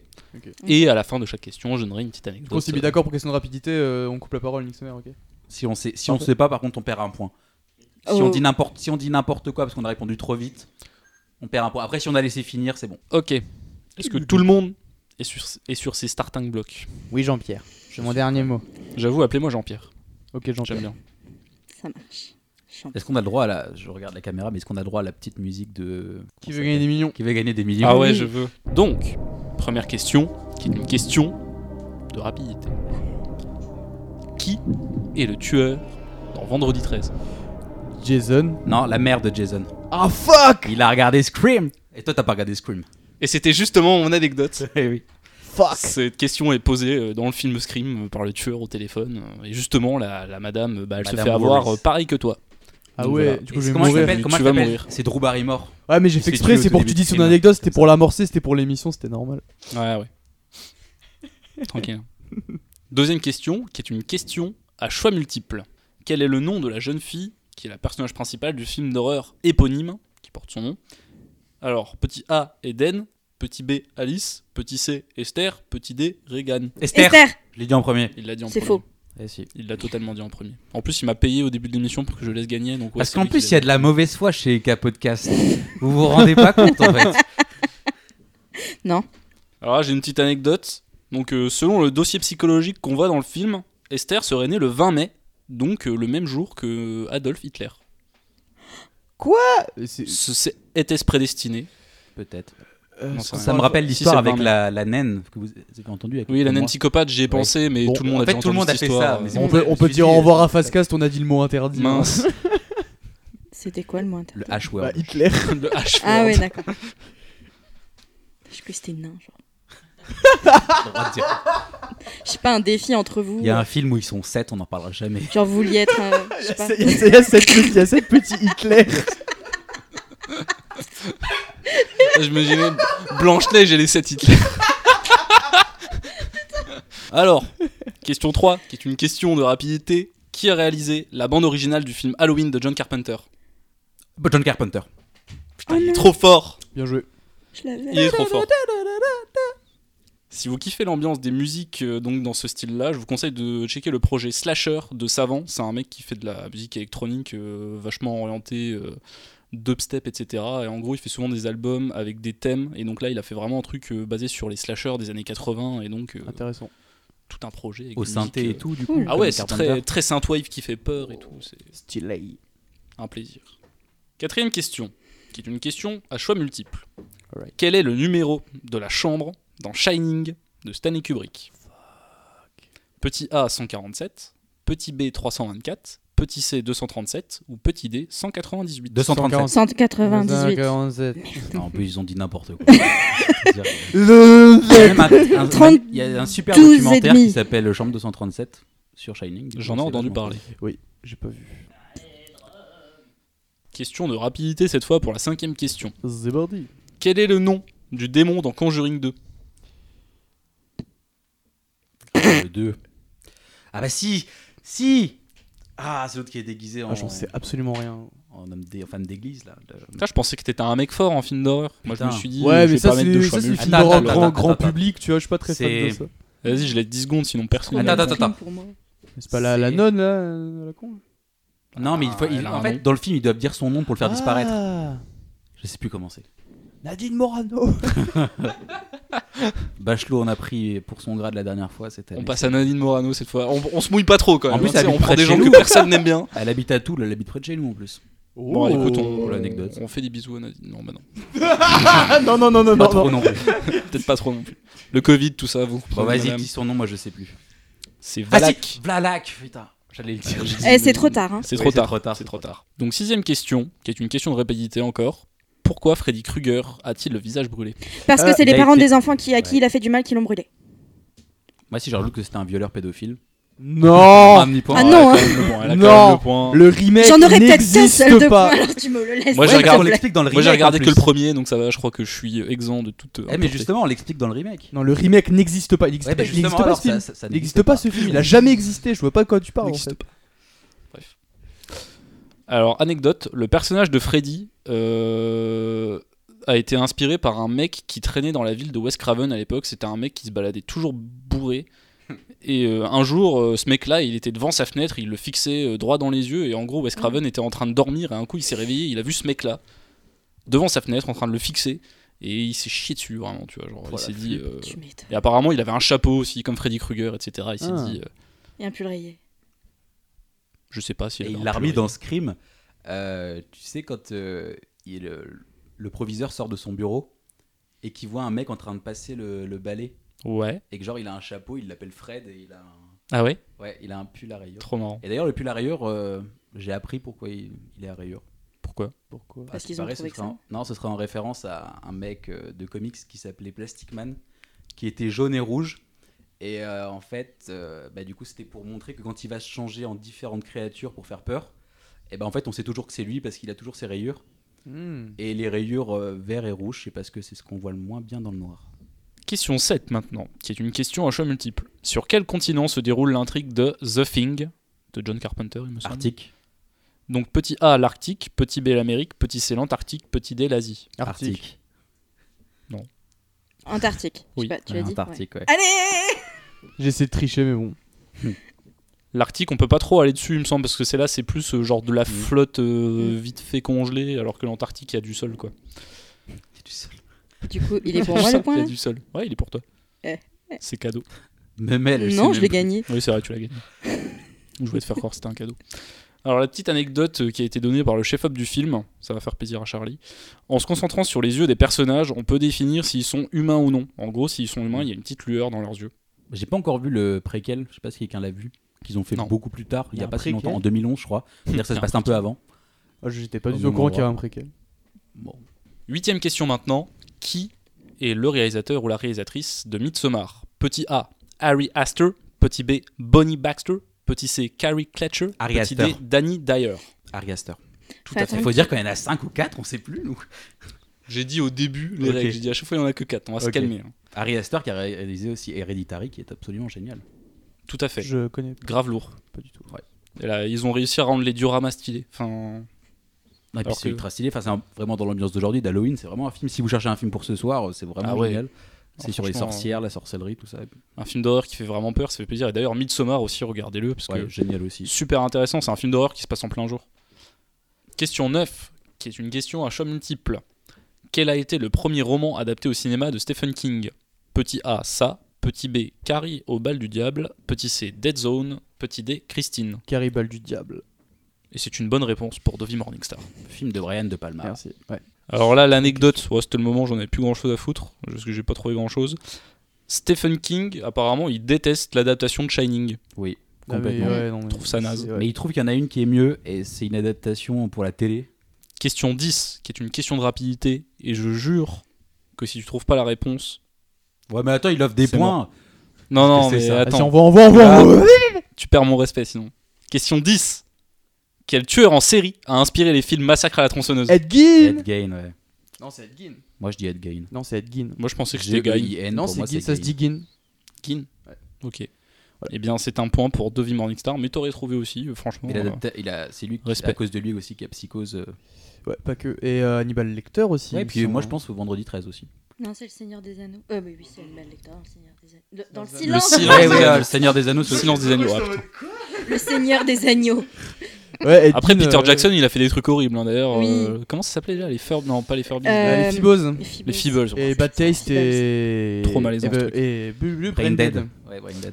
Speaker 5: Et à la fin de chaque question, je donnerai une petite
Speaker 4: Du coup, on
Speaker 5: anecdote.
Speaker 4: s'est mis d'accord pour question de rapidité, euh, on coupe la parole, Nixoner, ok
Speaker 1: Si on sait, si on sait pas, par contre, on perd un point. Si
Speaker 3: Oh.
Speaker 1: on dit n'importe, si on dit n'importe quoi parce qu'on a répondu trop vite, on perd un point. Après, si on a laissé finir, c'est bon.
Speaker 5: Ok. Est-ce que tout le monde est sur, est sur ses starting blocks
Speaker 4: Oui, Jean-Pierre, c'est mon dernier mot.
Speaker 5: J'avoue, appelez-moi Jean-Pierre.
Speaker 4: Ok, Jean-Pierre.
Speaker 5: J'aime bien.
Speaker 3: Ça marche. Chant.
Speaker 1: Est-ce qu'on a le droit à la, je regarde la caméra, mais est-ce qu'on a le droit à la petite musique de
Speaker 4: Qui veut gagner des millions
Speaker 1: qui veut gagner des millions
Speaker 5: Ah ouais,
Speaker 3: Oui.
Speaker 5: je veux. Donc, première question, qui est une question de rapidité. Qui est le tueur dans Vendredi 13
Speaker 4: Jason.
Speaker 1: Non, la mère de Jason.
Speaker 4: Ah fuck
Speaker 1: Il a regardé Scream. Et toi, t'as pas regardé Scream.
Speaker 5: Et c'était justement mon anecdote.
Speaker 4: Fuck
Speaker 5: Cette question est posée euh, dans le film Scream euh, par le tueur au téléphone. euh, Et justement, la, la madame, euh, bah, elle se
Speaker 1: Madame
Speaker 5: fait avoir
Speaker 1: Morris.
Speaker 5: euh, pareil que toi.
Speaker 4: Ah
Speaker 5: Donc
Speaker 4: ouais,
Speaker 5: voilà.
Speaker 4: du
Speaker 1: Et
Speaker 4: coup je vais
Speaker 1: comment il
Speaker 4: mourir.
Speaker 1: s'appelle
Speaker 5: Tu
Speaker 1: Comment il
Speaker 5: vas
Speaker 1: s'appelle
Speaker 5: mourir.
Speaker 1: C'est Drew Barrymore.
Speaker 4: Ouais, mais j'ai
Speaker 1: Il s'est
Speaker 4: fait exprès,
Speaker 1: tué au
Speaker 4: c'est
Speaker 1: tout
Speaker 4: pour que
Speaker 1: début
Speaker 4: tu dises
Speaker 1: du
Speaker 4: son
Speaker 1: film.
Speaker 4: anecdote, c'était pour l'amorcer, c'était pour l'émission, c'était normal.
Speaker 5: Ouais, ouais. Tranquille. hein. Deuxième question, qui est une question à choix multiple. Quel est le nom de la jeune fille qui est la personnage principale du film d'horreur éponyme qui porte son nom Alors, petit A, Eden. Petit B, Alice. Petit C, Esther. Petit D, Regan.
Speaker 1: Esther.
Speaker 3: Esther
Speaker 1: Je l'ai dit en premier.
Speaker 5: Il l'a dit en
Speaker 3: C'est
Speaker 5: premier.
Speaker 3: faux.
Speaker 5: Il l'a totalement dit en premier. En plus, il m'a payé au début de l'émission pour que je laisse gagner. Donc ouais,
Speaker 1: Parce
Speaker 5: c'est
Speaker 1: qu'en
Speaker 5: lui
Speaker 1: plus, il
Speaker 5: qui
Speaker 1: y
Speaker 5: l'a
Speaker 1: a de la mauvaise foi chez EK Podcast. vous vous rendez pas compte en fait.
Speaker 5: Alors là, j'ai une petite anecdote. Donc, euh, selon le dossier psychologique qu'on voit dans le film, Esther serait née le 20 mai, donc euh, le même jour que Adolf Hitler.
Speaker 4: Euh,
Speaker 5: Ce- c'est- Était-ce prédestiné
Speaker 1: Peut-être.
Speaker 5: Non, c'est
Speaker 1: Euh, Ça
Speaker 5: vrai.
Speaker 1: me rappelle
Speaker 5: Si,
Speaker 1: l'histoire
Speaker 5: c'est
Speaker 1: avec
Speaker 5: vraiment-
Speaker 1: la, la naine que vous avez entendu. avec-
Speaker 5: Oui, la
Speaker 1: avec
Speaker 5: naine
Speaker 1: moi.
Speaker 5: psychopathe, j'y ai pensé, mais
Speaker 4: Bon,
Speaker 5: tout le monde
Speaker 1: en
Speaker 5: a
Speaker 1: fait,
Speaker 5: déjà
Speaker 1: tout le
Speaker 5: entendu
Speaker 1: monde a
Speaker 5: cette
Speaker 1: fait
Speaker 5: histoire.
Speaker 1: ça, mais c'est
Speaker 4: On
Speaker 1: bon.
Speaker 4: peut,
Speaker 1: Je
Speaker 4: on
Speaker 1: me
Speaker 4: peut
Speaker 1: suis
Speaker 4: dire
Speaker 1: dit,
Speaker 4: au revoir
Speaker 1: euh,
Speaker 4: à Fastcast, on a dit le mot interdit.
Speaker 5: Mince,
Speaker 3: C'était quoi le mot interdit
Speaker 1: Le H
Speaker 4: Bah,
Speaker 1: word.
Speaker 4: Hitler.
Speaker 5: le H.
Speaker 3: Ah ouais, d'accord. Je crois que c'était nain, genre. Je sais pas, un défi entre vous.
Speaker 1: Il y a un film où ils sont sept, on n'en parlera jamais.
Speaker 3: Genre, vous vouliez être. un- je sais pas.
Speaker 4: Il y a- il y a cette petite- il y a cette petite Hitler.
Speaker 5: Je me disais, Blanche-Neige, elle est 7 Hitler. Alors, question 3, qui est une question de rapidité. Qui a réalisé la bande originale du film Halloween de John Carpenter
Speaker 1: John Carpenter.
Speaker 3: Oh
Speaker 5: Putain, il est trop fort
Speaker 4: Bien joué.
Speaker 3: Je l'avais.
Speaker 5: Il est trop fort. Si vous kiffez l'ambiance des musiques euh, donc dans ce style-là, je vous conseille de checker le projet Slasher de Savant. C'est un mec qui fait de la musique électronique euh, vachement orientée euh, dubstep, etc. Et en gros, il fait souvent des albums avec des thèmes. Et donc là, il a fait vraiment un truc euh, basé sur les slashers des années 80 et donc euh,
Speaker 4: Intéressant.
Speaker 5: tout un projet. avec
Speaker 1: Au
Speaker 5: des
Speaker 1: synthé
Speaker 5: musiques,
Speaker 1: et
Speaker 5: euh,
Speaker 1: tout, du
Speaker 3: cool.
Speaker 1: coup.
Speaker 5: Ah ouais,
Speaker 1: comme
Speaker 5: c'est
Speaker 1: Carpenter.
Speaker 5: très, très synthwave qui fait peur et tout. C'est
Speaker 4: Stylé.
Speaker 5: un plaisir. Quatrième question, qui est une question à choix multiple.
Speaker 4: Alright.
Speaker 5: Quel est le numéro de la chambre dans Shining de Stanley Kubrick Petit A 147, petit B 324, petit C 237 ou petit D 198
Speaker 1: 237.
Speaker 3: 198.
Speaker 4: 97.
Speaker 1: Non, en plus, ils ont dit n'importe quoi. Il y a
Speaker 4: Le
Speaker 1: même un- un-
Speaker 3: Trente-
Speaker 1: Il y a un super
Speaker 3: douze et
Speaker 1: documentaire
Speaker 3: demi.
Speaker 1: qui s'appelle Chambre 237 sur Shining. du coup,
Speaker 5: J'en ai
Speaker 1: c'est
Speaker 5: entendu
Speaker 1: vachement
Speaker 5: parler.
Speaker 4: J'ai pas vu.
Speaker 5: Question de rapidité cette fois pour la cinquième question.
Speaker 4: Zébardi.
Speaker 5: Quel est le nom du démon dans Conjuring 2
Speaker 1: cool. Le 2. Ah bah si Si Ah, c'est l'autre qui est déguisé en,
Speaker 4: Ah, j'en sais absolument rien.
Speaker 1: en homme dé- en femme d'église, là. Le-
Speaker 5: Putain, je pensais que t'étais un mec fort en film d'horreur. Moi je me
Speaker 1: Putain.
Speaker 5: suis dit,
Speaker 4: Ouais,
Speaker 5: euh, je
Speaker 4: mais
Speaker 5: vais
Speaker 4: ça,
Speaker 5: pas
Speaker 4: c'est
Speaker 5: mettre de choix
Speaker 4: ça, c'est le
Speaker 5: multiples.
Speaker 4: film
Speaker 1: Attends,
Speaker 4: d'horreur
Speaker 1: attends,
Speaker 4: grand,
Speaker 1: attends,
Speaker 4: grand
Speaker 1: attends.
Speaker 4: public, tu vois, je suis pas très fan de
Speaker 1: C'est-
Speaker 4: ça.
Speaker 5: Vas-y, je laisse 10 secondes sinon personne.
Speaker 1: Attends,
Speaker 5: n'a-
Speaker 1: attends, attends.
Speaker 3: Pour moi.
Speaker 4: Mais C'est pas la, la
Speaker 1: C'est-
Speaker 4: nonne, là, euh, à la con
Speaker 1: Non, mais il faut- il-
Speaker 5: elle a un
Speaker 1: en fait,
Speaker 5: nom.
Speaker 1: dans le film, ils doivent dire son nom pour le faire disparaître.
Speaker 4: Ah,
Speaker 1: Je sais plus comment c'est.
Speaker 4: Nadine Morano
Speaker 1: Bachelot en a pris pour son grade la dernière fois cette année.
Speaker 5: On passe à Nadine Morano cette fois. On, on se mouille pas trop quand
Speaker 1: En
Speaker 5: même.
Speaker 1: plus,
Speaker 5: hein, tu sais,
Speaker 1: elle
Speaker 5: on
Speaker 1: habite
Speaker 5: prend
Speaker 1: près de
Speaker 5: des gens
Speaker 1: chez nous.
Speaker 5: que personne n'aime bien.
Speaker 1: Elle habite à Toul, elle habite près de chez nous en plus.
Speaker 4: Oh.
Speaker 5: Bon, écoute, on,
Speaker 1: Pour l'anecdote.
Speaker 5: on fait des bisous à Nadine. Non, bah non.
Speaker 4: Ah, non, non, non, non,
Speaker 1: Pas
Speaker 4: non,
Speaker 1: trop
Speaker 4: non.
Speaker 1: non plus.
Speaker 5: Peut-être pas trop non plus. Le Covid, tout ça, vous.
Speaker 1: Bon,
Speaker 5: comprenez,
Speaker 1: vas-y,
Speaker 5: madame.
Speaker 1: dis son nom, moi je sais plus.
Speaker 5: C'est
Speaker 1: Vas-y,
Speaker 5: Valak.
Speaker 1: Vlalac, putain. J'allais le dire.
Speaker 3: Eh, c'est trop tard. Hein.
Speaker 5: C'est
Speaker 1: Oui,
Speaker 5: trop,
Speaker 1: c'est
Speaker 5: tard.
Speaker 1: trop tard, c'est
Speaker 5: C'est trop tard. Donc, sixième question, qui est une question de rapidité encore. Pourquoi Freddy Krueger a-t-il le visage brûlé
Speaker 3: Parce que
Speaker 4: Ah,
Speaker 3: c'est
Speaker 1: Euh, il
Speaker 3: les
Speaker 1: a
Speaker 3: parents
Speaker 1: été-
Speaker 3: des enfants qui, à qui
Speaker 1: Ouais.
Speaker 3: il a fait du mal qui l'ont brûlé.
Speaker 1: Moi, si je rajoute que c'était un violeur pédophile.
Speaker 4: Non
Speaker 1: Un demi-point.
Speaker 3: Ah non, hein.
Speaker 5: elle a quand même le point, elle a
Speaker 4: Non.
Speaker 5: quand même le point.
Speaker 4: Le remake
Speaker 3: J'en aurais peut-être qu'un seul de
Speaker 4: n'existe
Speaker 3: point,
Speaker 4: pas
Speaker 3: alors tu me le laisses.
Speaker 5: Moi,
Speaker 1: Ouais,
Speaker 5: j'ai
Speaker 1: mais
Speaker 5: regardé-
Speaker 1: on l'explique dans le remake.
Speaker 5: Moi j'ai regardé
Speaker 1: en
Speaker 5: que
Speaker 1: plus.
Speaker 5: le premier, donc ça va, je crois que je suis exempt de toute.
Speaker 1: Eh, mais
Speaker 5: impureté.
Speaker 1: justement, on l'explique dans le remake.
Speaker 4: Non, le remake n'existe pas. Il n'existe
Speaker 1: Ouais, bah, mais
Speaker 4: pas, il n'existe
Speaker 1: justement,
Speaker 4: pas
Speaker 1: alors,
Speaker 4: ce film.
Speaker 1: ça- ça- ça
Speaker 4: Il n'existe pas ce film. Il a jamais existé. Je vois pas de quoi tu parles. En
Speaker 5: N'existe
Speaker 4: fait.
Speaker 5: Bref. Alors, anecdote, le personnage de Freddy euh, a été inspiré par un mec qui traînait dans la ville de West Craven à l'époque. C'était un mec qui se baladait toujours bourré. Et euh, un jour, euh, ce mec-là, il était devant sa fenêtre, il le fixait euh, droit dans les yeux. Et en gros, Wes Craven était en train de dormir. Et un coup, il s'est réveillé, il a vu ce mec-là devant sa fenêtre en train de le fixer. Et il s'est chié dessus, vraiment, tu vois. Genre,
Speaker 1: Oh,
Speaker 5: il
Speaker 1: la
Speaker 5: s'est dit. euh,
Speaker 3: Tu m'étonnes.
Speaker 5: Et apparemment, il avait un chapeau aussi, comme Freddy Krueger, etc. Il s'est
Speaker 4: Ah.
Speaker 5: dit, euh,
Speaker 3: Et un pull rayé.
Speaker 5: je sais pas s'il
Speaker 1: Et
Speaker 5: avait
Speaker 1: il
Speaker 5: un
Speaker 1: l'a
Speaker 5: pull
Speaker 1: remis
Speaker 5: rayé.
Speaker 1: dans Scream. Euh, tu sais, quand euh, il, euh, le proviseur sort de son bureau et qu'il voit un mec en train de passer le, le balai
Speaker 5: Ouais.
Speaker 1: et que genre il a un chapeau, il l'appelle Fred et il a un,
Speaker 5: Ah ouais
Speaker 1: ouais, il a un pull à rayures.
Speaker 5: Trop marrant.
Speaker 1: Et d'ailleurs, le pull à rayures, euh, j'ai appris pourquoi il, il est à rayures.
Speaker 5: Pourquoi
Speaker 4: Pourquoi
Speaker 1: Ah, ce qui
Speaker 3: qu'ils ont
Speaker 1: paraît,
Speaker 3: trouvé
Speaker 1: ce
Speaker 3: que
Speaker 1: serait en- Non, ce serait en référence à un mec euh, de comics qui s'appelait Plastic Man, qui était jaune et rouge. Et euh, en fait, euh, bah, du coup, c'était pour montrer que quand il va se changer en différentes créatures pour faire peur, et ben en fait, on sait toujours que c'est lui parce qu'il a toujours ses rayures.
Speaker 4: Hmm.
Speaker 1: Et les rayures euh, vert et rouge, c'est parce que c'est ce qu'on voit le moins bien dans le noir.
Speaker 5: Question 7 maintenant, qui est une question à choix multiple. Sur quel continent se déroule l'intrigue de The Thing de John Carpenter, il me semble
Speaker 1: Arctique.
Speaker 5: Donc petit A l'Arctique, petit B l'Amérique, petit C l'Antarctique, petit D l'Asie.
Speaker 4: Arctique.
Speaker 3: Antarctique.
Speaker 5: Oui.
Speaker 3: Oui. Pas, tu l'as dit Ouais.
Speaker 1: Antarctique, ouais.
Speaker 3: Allez
Speaker 4: J'essaie de tricher, mais bon.
Speaker 5: L'Arctique, on peut pas trop aller dessus, il me semble, parce que c'est là, c'est plus euh, genre de la flotte
Speaker 3: Mm.
Speaker 5: euh, vite fait congelée, alors que l'Antarctique, il y a du sol, quoi.
Speaker 1: Il y a du sol.
Speaker 3: Du coup, il est pour moi le
Speaker 5: Il y
Speaker 3: point.
Speaker 5: a du sol. Ouais, il est pour toi.
Speaker 3: Eh,
Speaker 5: C'est cadeau.
Speaker 1: Même elle, elle
Speaker 3: Non,
Speaker 1: sait
Speaker 3: je
Speaker 1: même
Speaker 3: l'ai
Speaker 1: plus.
Speaker 3: gagné.
Speaker 5: Oui, c'est vrai, tu l'as gagné. Je voulais te faire croire que c'était un cadeau. Alors, la petite anecdote euh, qui a été donnée par le chef-op du film, ça va faire plaisir à Charlie. En se concentrant sur les yeux des personnages, on peut définir s'ils sont humains ou non. En gros, s'ils sont humains, il y a une petite lueur dans leurs yeux.
Speaker 1: J'ai pas encore vu le préquel, je sais pas si quelqu'un l'a vu, qu'ils ont fait
Speaker 5: Non.
Speaker 1: beaucoup plus tard, il y a,
Speaker 4: Un
Speaker 1: pas si
Speaker 4: préquel
Speaker 1: longtemps, en 2011 je crois. C'est-à-dire que ça
Speaker 5: Il
Speaker 1: se
Speaker 5: y a
Speaker 1: passe un peu avant.
Speaker 4: Ah, J'étais pas
Speaker 1: Oh,
Speaker 4: du tout au
Speaker 1: bon,
Speaker 4: courant
Speaker 1: on
Speaker 4: qu'il y avait un préquel.
Speaker 1: Bon.
Speaker 5: Huitième question maintenant. Qui est le réalisateur ou la réalisatrice de Midsommar Petit A, Harry Astor. Petit B, Bonnie Baxter. Petit C, Carrie Kletcher.
Speaker 1: Harry
Speaker 5: petit D,
Speaker 1: Astor.
Speaker 5: Danny Dyer.
Speaker 1: Ari Aster.
Speaker 3: Faut attendre
Speaker 1: Il faut dire qu'il y en a 5 ou 4, on sait plus, nous.
Speaker 5: J'ai dit au début les
Speaker 1: Ok.
Speaker 5: règles. J'ai dit à chaque fois, il n'y en a que 4. On va se
Speaker 1: Ok.
Speaker 5: calmer. hein.
Speaker 1: Harry Astor qui a réalisé aussi Hereditary qui est absolument génial.
Speaker 5: Tout à fait.
Speaker 4: Je connais
Speaker 5: Grave lourd.
Speaker 4: pas du tout.
Speaker 5: Et là, ils ont réussi à rendre les dioramas stylés. Enfin,
Speaker 1: Non, et puis
Speaker 5: Alors
Speaker 1: c'est
Speaker 5: que-
Speaker 1: ultra stylé. Enfin, c'est un- vraiment dans l'ambiance d'aujourd'hui, d'Halloween. C'est vraiment un film. Si vous cherchez un film pour ce soir, euh, c'est vraiment
Speaker 5: Ah ouais.
Speaker 1: génial. C'est
Speaker 5: Ah,
Speaker 1: sur les
Speaker 5: franchement,
Speaker 1: sorcières, la sorcellerie, tout ça.
Speaker 5: un film d'horreur qui fait vraiment peur, ça fait plaisir. Et d'ailleurs, Midsommar aussi, regardez-le, parce
Speaker 1: Ouais,
Speaker 5: que
Speaker 1: génial aussi.
Speaker 5: super intéressant. C'est un film d'horreur qui se passe en plein jour. Question 9, qui est une question à choix multiple. Quel a été le premier roman adapté au cinéma de Stephen King Petit A, ça. Petit B, Carrie au bal du diable. Petit C, Dead Zone. Petit D, Christine.
Speaker 4: Caribal du diable.
Speaker 5: Et c'est une bonne réponse pour Dovi Morningstar.
Speaker 1: Film de Brian De Palma.
Speaker 4: Merci. Ouais.
Speaker 5: Alors là, l'anecdote, ouais, c'était le moment où j'en avais plus grand chose à foutre, parce que j'ai pas trouvé grand chose. Stephen King, apparemment, il déteste l'adaptation de Shining.
Speaker 1: Oui,
Speaker 4: Non, mais
Speaker 1: complètement. mais,
Speaker 4: ouais, non, mais
Speaker 5: trouve ça naze.
Speaker 4: c'est- ouais.
Speaker 1: il trouve qu'il y en a une qui est mieux et c'est une adaptation pour la télé.
Speaker 5: Question 10, qui est une question de rapidité, et je jure que si tu trouves pas la réponse.
Speaker 1: Ouais, mais attends, il offre des
Speaker 5: C'est
Speaker 1: points.
Speaker 5: Non, non,
Speaker 1: que c'est
Speaker 5: mais
Speaker 1: ça
Speaker 4: Vas-y,
Speaker 5: attends,
Speaker 4: envoie, envoie, envoie,
Speaker 5: Ah.
Speaker 4: envoie.
Speaker 5: tu perds mon respect sinon. Question 10. Quel tueur en série a inspiré les films Massacre à la tronçonneuse
Speaker 4: Ed Gein
Speaker 1: Ed Gain, ouais.
Speaker 4: Non, c'est Ed Gein.
Speaker 1: Moi, je dis Ed Gain.
Speaker 4: Non, c'est Ed Gein.
Speaker 5: Moi, je pensais que c'était Guy.
Speaker 1: G-E-I-N,
Speaker 4: Non,
Speaker 1: pour
Speaker 4: c'est
Speaker 1: moi,
Speaker 4: Gein, ça se dit Gein.
Speaker 5: Kin.
Speaker 4: Ouais.
Speaker 5: Ok.
Speaker 4: Voilà.
Speaker 5: Eh bien, c'est un point pour Devi Morningstar, mais t'aurais trouvé aussi, euh, franchement.
Speaker 1: Il
Speaker 5: euh,
Speaker 1: adapta- il a, c'est lui, qui-
Speaker 5: Respect.
Speaker 1: à cause de lui aussi, qui a psychose. euh.
Speaker 4: Ouais, pas que. Et euh, Hannibal Lecter aussi.
Speaker 1: Ouais, et
Speaker 4: il me
Speaker 1: puis
Speaker 4: semble. hein.
Speaker 1: moi, je pense au vendredi 13 aussi.
Speaker 3: Non, c'est le Seigneur des Anneaux. Euh, mais oui, c'est le mal lecteur, le Seigneur des Anneaux. Le- Dans le
Speaker 4: Le
Speaker 3: silence,
Speaker 5: silence. Ouais, ouais,
Speaker 1: le Seigneur des Anneaux,
Speaker 5: Le silence des agneaux. ah, putain.
Speaker 3: le Seigneur des Agneaux.
Speaker 4: Ouais, Ed
Speaker 5: Après,
Speaker 4: Gein,
Speaker 5: Peter
Speaker 4: euh,
Speaker 5: Jackson, il a fait des trucs horribles, hein, d'ailleurs.
Speaker 3: Oui.
Speaker 5: euh, comment ça s'appelait déjà Les Furb Non, pas les Furbies.
Speaker 3: Euh,
Speaker 4: les Fibos.
Speaker 5: les Feebles.
Speaker 4: Et Bad Taste et.
Speaker 5: Trop malaisant,
Speaker 4: et
Speaker 5: ce
Speaker 4: Be-
Speaker 5: truc.
Speaker 4: Et Bu- Bu-
Speaker 1: Brain
Speaker 4: Brain
Speaker 1: Dead. Ouais, Brain Dead.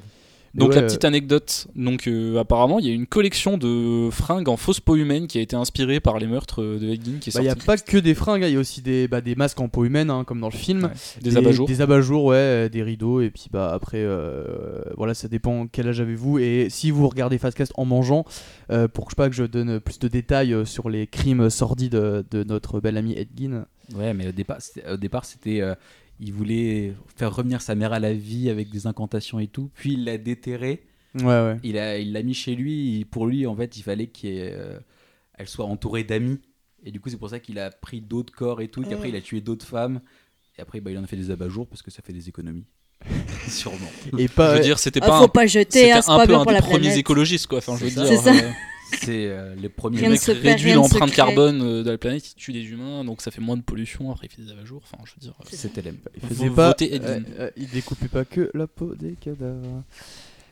Speaker 5: Donc
Speaker 4: Ouais,
Speaker 5: la
Speaker 4: euh,
Speaker 5: petite anecdote, donc euh, apparemment il y a une collection de fringues en fausse peau humaine qui a été inspirée par les meurtres euh, de Edgin qui est
Speaker 4: Bah, il n'y a
Speaker 5: sorti.
Speaker 4: pas que des fringues, il y a aussi des, bah, des masques en peau humaine, hein, comme dans le film.
Speaker 5: Ouais. des abat-jours.
Speaker 4: Des abat-jours, ouais, euh, des rideaux. Et puis bah, après, euh, voilà, ça dépend quel âge avez-vous. Et si vous regardez Fastcast en mangeant, euh, pour que je, pas que je donne plus de détails euh, sur les crimes sordides euh, de notre bel ami Edgin.
Speaker 1: Ouais, mais au départ, c'était- au départ, c'était. euh, il voulait faire revenir sa mère à la vie avec des incantations et tout. Puis il l'a déterré.
Speaker 4: Ouais, ouais.
Speaker 1: Il l'a il l'a mis chez lui. et pour lui, en fait, il fallait qu'elle euh, elle soit entourée d'amis. Et du coup, c'est pour ça qu'il a pris d'autres corps et tout. Et qu'après,
Speaker 3: Ouais.
Speaker 1: il a tué d'autres femmes. Et après, bah, il en a fait des abat-jours parce que ça fait des économies. Sûrement.
Speaker 4: Et
Speaker 5: Je
Speaker 4: pas. euh,
Speaker 5: veux dire, c'était
Speaker 3: Ah,
Speaker 5: pas
Speaker 3: faut
Speaker 5: un,
Speaker 3: pas jeter,
Speaker 5: c'était
Speaker 3: hein, c'est
Speaker 5: un
Speaker 3: pas
Speaker 5: peu
Speaker 3: bien
Speaker 5: un
Speaker 3: pour
Speaker 5: des
Speaker 3: la
Speaker 5: premiers
Speaker 3: planète.
Speaker 5: écologistes quoi. Enfin, je veux
Speaker 1: C'est
Speaker 5: dire,
Speaker 3: ça.
Speaker 5: euh,
Speaker 1: C'est euh, les
Speaker 5: le
Speaker 1: premiers
Speaker 3: Rien ne
Speaker 5: mec
Speaker 1: mecs.
Speaker 3: se perd,
Speaker 5: réduit
Speaker 3: rien ne se
Speaker 5: l'empreinte
Speaker 3: crée.
Speaker 5: carbone euh, de la planète, il tue des humains, donc ça fait moins de pollution. Après, il fait des abat-jours. Enfin, je veux dire, euh,
Speaker 1: C'était l'aime.
Speaker 4: il faisait
Speaker 5: vous
Speaker 4: pas.
Speaker 5: votez Edgin.
Speaker 4: euh, euh, il découpait pas que la peau des cadavres.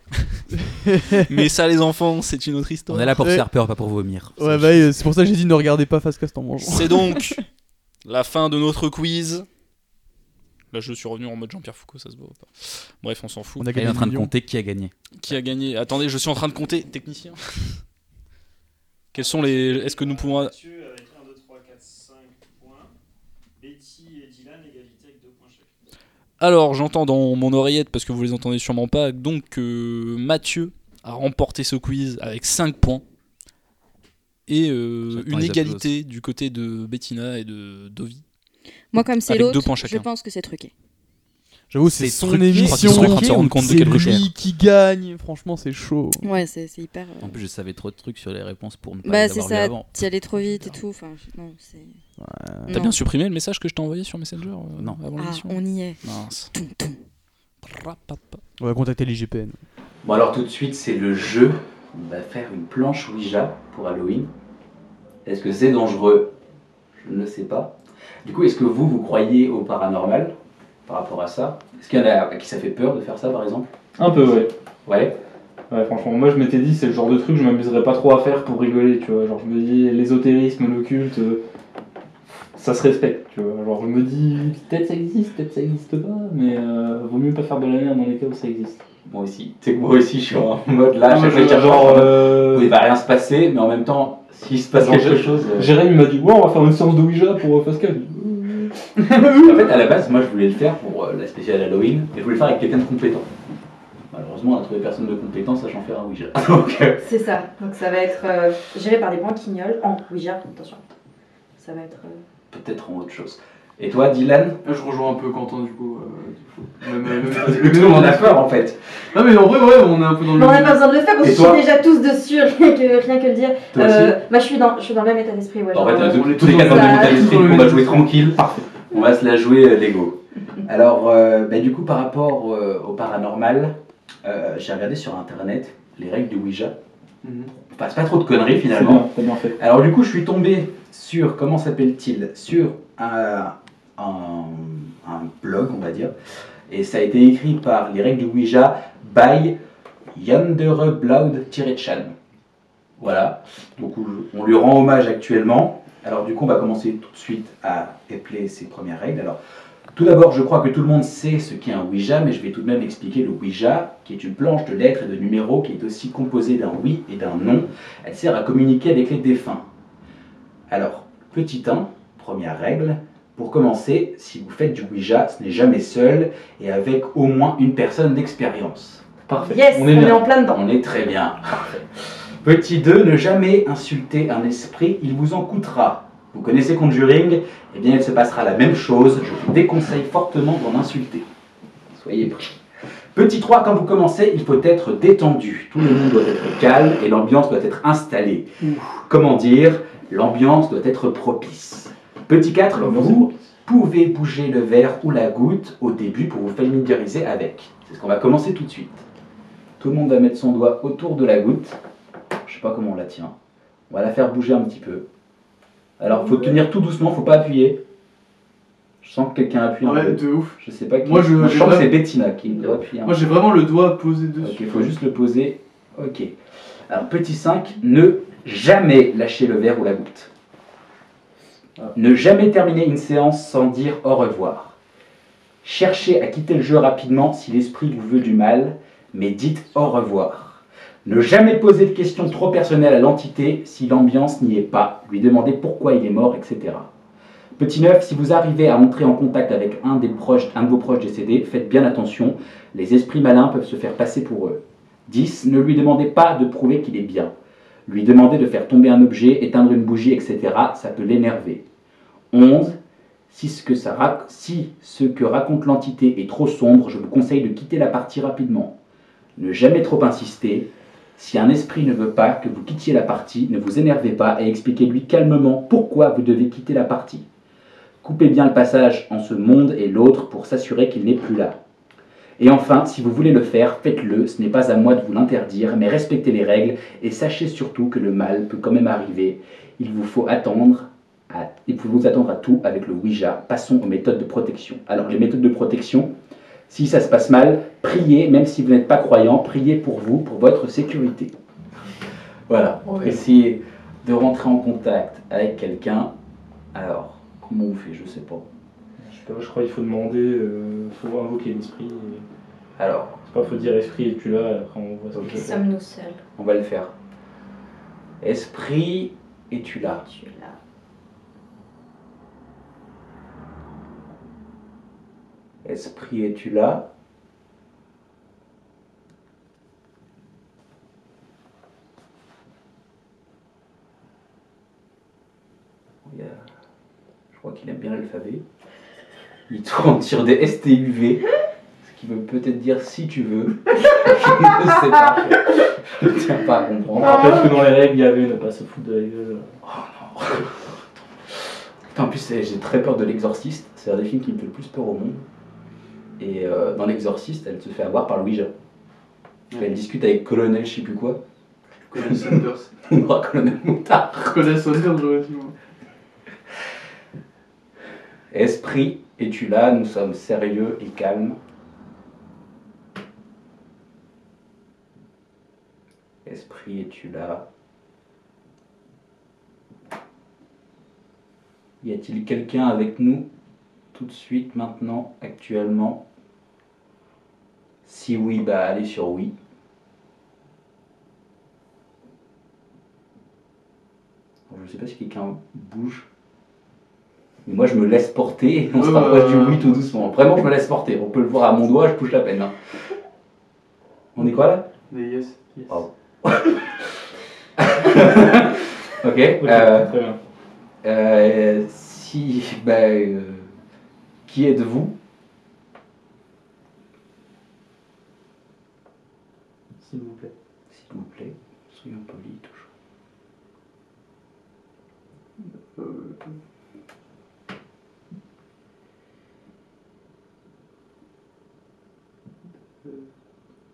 Speaker 5: Mais ça, les enfants, c'est une autre
Speaker 1: On
Speaker 5: histoire.
Speaker 1: est là pour
Speaker 4: Ouais.
Speaker 1: se faire peur, pas pour vomir.
Speaker 4: Ouais, bah, euh, c'est pour ça que j'ai dit ne regardez pas Fastcast en mangeant.
Speaker 5: C'est donc la fin de notre quiz. Là, je suis revenu en mode Jean-Pierre Foucault, ça se voit pas. Bref, on s'en fout.
Speaker 4: On a
Speaker 1: Elle est en train de
Speaker 4: millions.
Speaker 1: compter qui a gagné.
Speaker 5: Qui a gagné Attendez, je suis en train de compter, technicien. Quels sont les. Est-ce que nous pouvons.
Speaker 6: Mathieu avec 1, 2, 3, 4, 5 points. Betty et Dylan, égalité avec 2 points chacun.
Speaker 5: Alors, j'entends dans mon oreillette, parce que vous les entendez sûrement pas, donc que Mathieu a remporté ce quiz avec 5 points. Et euh,
Speaker 1: J'attends
Speaker 5: une
Speaker 1: les
Speaker 5: égalité du côté de Bettina et de Dovi.
Speaker 3: Moi, comme c'est
Speaker 5: Avec deux
Speaker 3: l'autre,
Speaker 5: points
Speaker 3: je
Speaker 5: chacun.
Speaker 3: pense que c'est truqué.
Speaker 4: J'avoue, c'est
Speaker 1: C'est
Speaker 4: son
Speaker 1: truqué,
Speaker 5: je crois qu'ils
Speaker 4: émission.
Speaker 5: se sont rendus compte de
Speaker 4: C'est
Speaker 5: quelque chose.
Speaker 4: lui qui gagne. Franchement, c'est chaud.
Speaker 3: Ouais, c'est c'est hyper. euh,
Speaker 1: En plus, je savais trop de trucs sur les réponses pour ne pas
Speaker 3: Bah,
Speaker 1: les
Speaker 3: c'est
Speaker 1: avoir vues
Speaker 3: ça,
Speaker 1: avant.
Speaker 3: t'y allais trop vite et tout. Enfin, je- non, c'est.
Speaker 5: T'as
Speaker 3: Non.
Speaker 5: bien supprimé le message que je t'ai envoyé sur Messenger euh,
Speaker 1: Non.
Speaker 5: avant
Speaker 3: Ah,
Speaker 5: l'émission
Speaker 3: on y est.
Speaker 5: Mince.
Speaker 3: Toum, toum.
Speaker 4: On va contacter l'IGPN.
Speaker 1: Bon alors tout de suite c'est le jeu. On va faire une planche Ouija pour Halloween. Est-ce que c'est dangereux Je ne sais pas. Du coup, est-ce que vous, vous croyez au paranormal par rapport à ça Est-ce qu'il y en a à qui ça fait peur de faire ça par exemple
Speaker 7: Un peu, ouais.
Speaker 1: Ouais.
Speaker 7: Ouais, franchement, moi je m'étais dit, c'est le genre de truc que je m'amuserais pas trop à faire pour rigoler, tu vois. Genre, je me dis, l'ésotérisme, l'occulte, euh, ça se respecte, tu vois. Genre, je me dis, peut-être ça existe, peut-être ça existe pas, mais euh, vaut mieux pas faire de la merde dans les cas où ça existe.
Speaker 1: Moi aussi. C'est que moi aussi je suis en mode là,
Speaker 7: Moi,
Speaker 1: chaque fois, je cherche
Speaker 7: genre,
Speaker 1: en mode,
Speaker 7: euh,
Speaker 1: oui, il va rien se passer, mais en même temps, s'il se passe
Speaker 7: Genre,
Speaker 1: quelque
Speaker 7: je-
Speaker 1: chose. euh,
Speaker 7: Jérémy m'a dit, ouais, on va faire une séance de Ouija pour euh, Pascal.
Speaker 1: En fait, à la base, moi, je voulais le faire pour euh, la spéciale Halloween, et je voulais le faire avec quelqu'un de compétent. Malheureusement, on a trouvé personne de compétent sachant faire un Ouija. Donc, euh,
Speaker 8: C'est ça. Donc ça va être euh, géré par des branquignoles en Ouija, attention. Ça va être. euh,
Speaker 1: peut-être en autre chose.
Speaker 9: Et toi, Dylan
Speaker 10: Je rejoins un peu Quentin du coup. euh, Même, euh, même-
Speaker 9: Tout le monde a peur en fait.
Speaker 10: Non mais en vrai, ouais, on est un peu dans le.
Speaker 11: Mais on n'a pas besoin de le faire parce
Speaker 9: Et
Speaker 11: que je
Speaker 9: toi
Speaker 11: suis déjà tous dessus, rien que, rien que le dire.
Speaker 9: Toi aussi
Speaker 11: Euh, bah, je suis dans, je suis dans le même état d'esprit. Ouais,
Speaker 9: En
Speaker 11: genre,
Speaker 9: fait,
Speaker 11: euh,
Speaker 9: euh, tous-
Speaker 10: on est
Speaker 9: tous les
Speaker 10: tous
Speaker 9: quatre dans
Speaker 11: dans
Speaker 9: le
Speaker 11: la-
Speaker 9: même état d'esprit,
Speaker 10: tous dans
Speaker 9: on va
Speaker 10: le
Speaker 9: jouer
Speaker 10: même
Speaker 9: tranquille, on va se la jouer euh, Lego. Alors, euh, bah, du coup, par rapport euh, au paranormal, euh, j'ai regardé sur internet les règles du Ouija.
Speaker 10: Mhm.
Speaker 9: On passe pas trop de conneries
Speaker 7: C'est
Speaker 9: finalement.
Speaker 7: bien, t'as bien fait.
Speaker 9: Alors du coup, je suis tombé sur, comment s'appelle-t-il Sur un, un, un blog, on va dire. Et ça a été écrit par les règles du Ouija by Yandere Blaud-Chan. Voilà. Donc on- on lui rend hommage actuellement. Alors du coup, on va commencer tout de suite à épeler ses premières règles. Alors, tout d'abord, je crois que tout le monde sait ce qu'est un Ouija, mais je vais tout de même expliquer le Ouija, qui est une planche de lettres et de numéros qui est aussi composée d'un oui et d'un non. Elle sert à communiquer avec les défunts. Alors, petit 1, première règle. Pour commencer, si vous faites du Ouija, ce n'est jamais seul et avec au moins une personne d'expérience.
Speaker 7: Parfait.
Speaker 11: Yes,
Speaker 7: on est bien.
Speaker 11: en plein dedans.
Speaker 9: On est très bien. Petit 2, ne jamais insulter un esprit, il vous en coûtera. Vous connaissez Conjuring Eh bien, il se passera la même chose. Je vous déconseille fortement d'en insulter. Soyez pris. Petit 3, quand vous commencez, il faut être détendu. Tout le monde doit être calme et l'ambiance doit être installée. Comment dire L'ambiance doit être propice. Petit 4, vous pouvez bouger le verre ou la goutte au début pour vous familiariser avec. C'est ce qu'on va commencer tout de suite. Tout le monde va mettre son doigt autour de la goutte. Je sais pas comment on la tient. On va la faire bouger un petit peu. Alors, faut tenir tout doucement, faut pas appuyer. Je sens que quelqu'un appuie un
Speaker 10: Ouais,
Speaker 9: peu.
Speaker 10: de ouf.
Speaker 9: Je sais pas qui.
Speaker 10: Moi, je-
Speaker 9: Moi, je
Speaker 10: j'ai
Speaker 9: sens que
Speaker 10: vraiment-
Speaker 9: c'est Bettina qui doit appuyer. un
Speaker 10: Moi j'ai vraiment le doigt posé
Speaker 9: peu.
Speaker 10: dessus.
Speaker 9: Ok, faut juste le poser. Ok. Alors, petit 5, ne jamais lâcher le verre ou la goutte. Ne jamais terminer une séance sans dire au revoir. Cherchez à quitter le jeu rapidement si l'esprit vous veut du mal, mais dites au revoir. Ne jamais poser de questions trop personnelles à l'entité si l'ambiance n'y est pas. Lui demander pourquoi il est mort, etc. Petit 9, si vous arrivez à entrer en contact avec un, des proches, un de vos proches décédés, faites bien attention. Les esprits malins peuvent se faire passer pour eux. 10. Ne lui demandez pas de prouver qu'il est bien. Lui demander de faire tomber un objet, éteindre une bougie, etc., ça peut l'énerver. 11. Si ce que, ça rac- si ce que raconte l'entité est trop sombre, je vous conseille de quitter la partie rapidement. Ne jamais trop insister. Si un esprit ne veut pas que vous quittiez la partie, ne vous énervez pas et expliquez-lui calmement pourquoi vous devez quitter la partie. Coupez bien le passage en ce monde et l'autre pour s'assurer qu'il n'est plus là. Et enfin, si vous voulez le faire, faites-le, ce n'est pas à moi de vous l'interdire, mais respectez les règles et sachez surtout que le mal peut quand même arriver. Il vous faut attendre à, il faut vous attendre à tout avec le Ouija. Passons aux méthodes de protection. Alors, les méthodes de protection, si ça se passe mal, priez, même si vous n'êtes pas croyant, priez pour vous, pour votre sécurité. Voilà, on va essayer de rentrer en contact avec quelqu'un. Alors, comment on fait Je sais pas.
Speaker 7: Je sais pas, je crois qu'il faut demander, euh, faut invoquer l'esprit. et-
Speaker 9: Alors,
Speaker 7: C'est pas, faut dire esprit, es-tu là, et après on voit ce
Speaker 9: Ok.
Speaker 7: que
Speaker 11: Qui
Speaker 7: c'est.
Speaker 11: sommes-nous seuls
Speaker 9: On va le faire. Esprit, es-tu là
Speaker 11: Tu es là.
Speaker 9: Esprit, es-tu là Oh, Il y a- Je crois qu'il aime bien l'alphabet. Il tourne sur des STUV, ce qui veut peut-être dire si tu veux. Je ne sais pas. Je ne tiens pas à
Speaker 7: On
Speaker 9: comprendre.
Speaker 7: rappelle que dans les règles, il y avait ne pas se foutre de la gueule.
Speaker 9: Oh non. Putain, en plus, c'est- j'ai très peur de l'exorciste. C'est un des films qui me fait le plus peur au monde. Et euh, dans l'exorciste, elle se fait avoir par Louisa. Elle discute avec colonel je sais plus quoi.
Speaker 10: Colonel Sanders.
Speaker 9: Non, colonel Moutard.
Speaker 10: Colonel Sanders, j'aurais dit. moi.
Speaker 9: Esprit, es-tu là Nous sommes sérieux et calmes. Esprit, es-tu là Y a-t-il quelqu'un avec nous tout de suite, maintenant, actuellement Si oui, bah allez sur oui. Je ne sais pas si quelqu'un bouge. Mais moi, je me laisse porter et on se
Speaker 10: Ouais,
Speaker 9: rapproche
Speaker 10: ouais,
Speaker 9: du
Speaker 10: ouais.
Speaker 9: oui tout doucement. Vraiment, je me laisse porter. On peut le voir à mon doigt, je touche la peine. hein. On est quoi là
Speaker 10: Mais yes. yes.
Speaker 7: Ah.
Speaker 9: Oh. Ok. euh,
Speaker 7: Très bien.
Speaker 9: euh, si, bah, euh, Qui êtes-vous S'il vous plaît. S'il vous plaît, soyons polis toujours. Euh,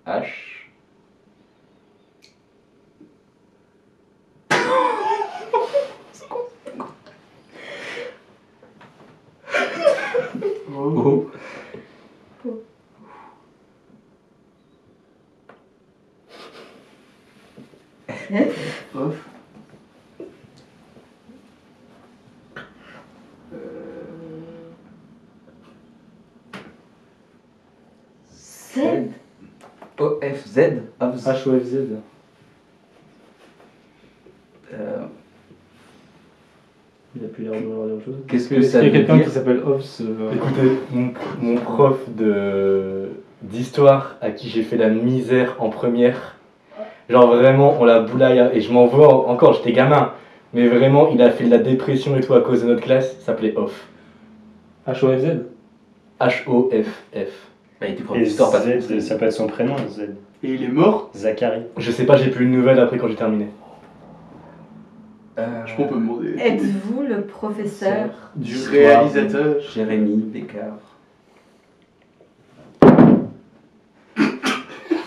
Speaker 9: H. O. Off.
Speaker 12: C'est
Speaker 9: O F Z.
Speaker 7: H O F Z.
Speaker 9: Euh,
Speaker 7: Il a plus l'air de vouloir dire autre chose.
Speaker 9: Qu'est-ce que
Speaker 7: Est-ce
Speaker 9: ça
Speaker 7: qu'il y a
Speaker 9: veut
Speaker 7: quelqu'un
Speaker 9: dire
Speaker 7: qui s'appelle Hobbs euh,
Speaker 13: Écoutez, mon, mon prof de d'histoire à qui j'ai fait la misère en première, genre vraiment on l'a boulaille et je m'en veux en- encore, j'étais gamin, mais vraiment il a fait de la dépression et tout à cause de notre classe, ça s'appelait Off.
Speaker 7: H O F Z.
Speaker 13: H-O-F-F.
Speaker 9: Bah, il était prof
Speaker 13: Et
Speaker 9: d'histoire, pas de
Speaker 13: Z, ça peut être son prénom, Z.
Speaker 7: Et il est mort
Speaker 13: Zachary. Je sais pas, j'ai plus de nouvelles après quand j'ai terminé.
Speaker 9: Euh,
Speaker 7: Je crois qu'on peut me demander.
Speaker 12: Êtes-vous le professeur
Speaker 7: Du
Speaker 9: Histoire.
Speaker 7: réalisateur.
Speaker 9: Jérémy Bécard.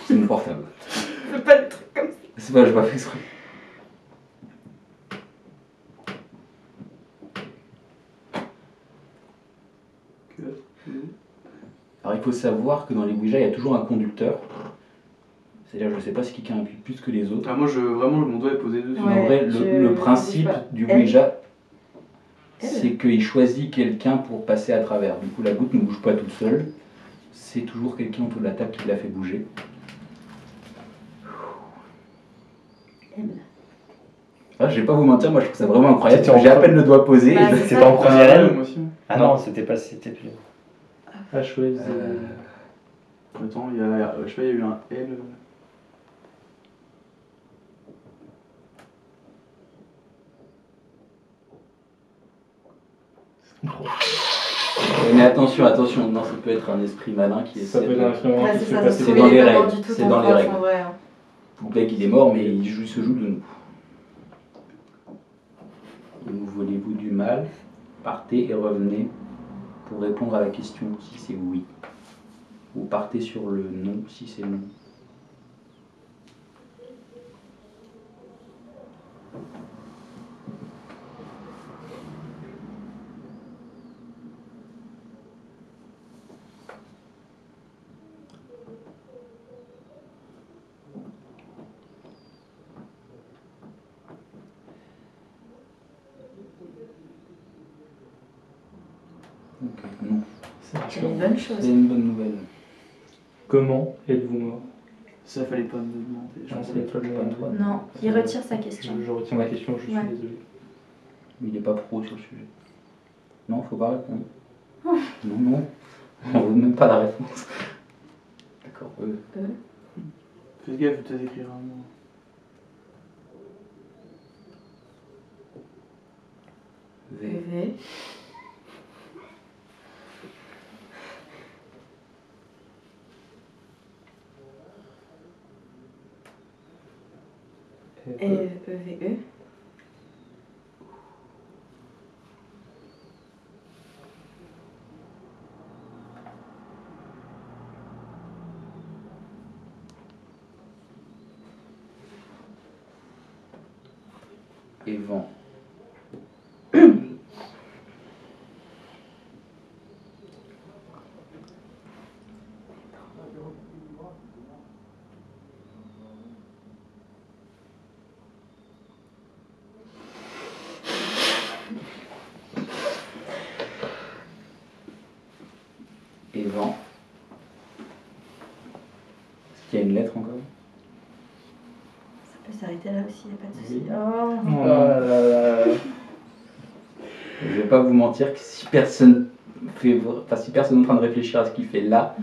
Speaker 9: C'est mon portable.
Speaker 12: Fais pas de trucs comme ça.
Speaker 9: C'est pas, je pas fait exprès. Alors il faut savoir que dans les Ouija, il y a toujours un conducteur. C'est-à-dire, je ne sais pas si quelqu'un appuie plus que les autres.
Speaker 7: Ah, moi, je, vraiment, mon doigt est posé dessus.
Speaker 12: Ouais.
Speaker 9: en vrai, le,
Speaker 12: je-
Speaker 9: le
Speaker 12: je
Speaker 9: principe
Speaker 12: sais pas.
Speaker 9: du
Speaker 12: Elle-
Speaker 9: Ouija,
Speaker 12: elle
Speaker 9: c'est qu'il choisit quelqu'un pour passer à travers. Du coup, la goutte ne bouge pas toute seule. C'est toujours quelqu'un autour de la table qui l'a fait bouger.
Speaker 12: Elle.
Speaker 9: Ah, je vais pas vous mentir, moi je trouve ça vraiment incroyable.
Speaker 13: C'était en-
Speaker 9: J'ai à peine le doigt posé.
Speaker 12: Bah,
Speaker 9: et je-
Speaker 12: c'est
Speaker 13: C'était
Speaker 12: ça.
Speaker 13: en première
Speaker 7: Ah, ouais,
Speaker 13: année
Speaker 7: moi aussi. ouais.
Speaker 13: Ah non, c'était pas. C'était plus.
Speaker 7: H O F Z.
Speaker 9: Euh,
Speaker 7: Attends, il y a, euh, je sais pas, il y a eu un L.
Speaker 9: Mais attention, attention, non, ça peut être un esprit malin qui
Speaker 7: Ça
Speaker 9: essaie
Speaker 7: peut être
Speaker 9: de...
Speaker 7: un film
Speaker 12: Ouais,
Speaker 7: qui
Speaker 12: c'est
Speaker 7: se fait
Speaker 12: ça, ça se
Speaker 7: passer
Speaker 12: trouve,
Speaker 9: dans
Speaker 12: il est
Speaker 9: les
Speaker 12: pas
Speaker 9: règles,
Speaker 12: du tout
Speaker 9: c'est
Speaker 12: ton
Speaker 9: dans les
Speaker 12: prof,
Speaker 9: règles.
Speaker 12: en vrai, hein.
Speaker 9: Vous plaît qu'il est mort, mais il joue, il se joue de nous. Nous voulez-vous du mal Partez et revenez pour répondre à la question si c'est oui. Ou partez sur le non si c'est non. Ok, non.
Speaker 12: C'est une bonne chose.
Speaker 9: C'est une bonne nouvelle.
Speaker 13: Comment êtes-vous mort
Speaker 7: Ça fallait pas me demander. Je
Speaker 13: Non,
Speaker 7: pense
Speaker 13: c'est
Speaker 7: que-
Speaker 13: pas le-
Speaker 9: Pas toi.
Speaker 12: Non, il retire sa question.
Speaker 13: retiens
Speaker 9: ma
Speaker 13: question, je
Speaker 12: suis Ouais.
Speaker 13: désolé.
Speaker 9: Il n'est pas pro sur le sujet. Non, faut pas répondre. non, non. On veut même pas la réponse. D'accord. euh,
Speaker 7: Fais gaffe, je vais peut-être écrire un mot.
Speaker 9: V.
Speaker 12: euh, E-E-V-E.
Speaker 9: et vent. Et vent. Est-ce qu'il y a une lettre encore
Speaker 12: Ça peut s'arrêter là aussi, il a pas de souci. Oh.
Speaker 7: Euh,
Speaker 9: Je vais pas vous mentir que si personne fait, vra- enfin, si personne est en train de réfléchir à ce qu'il fait là,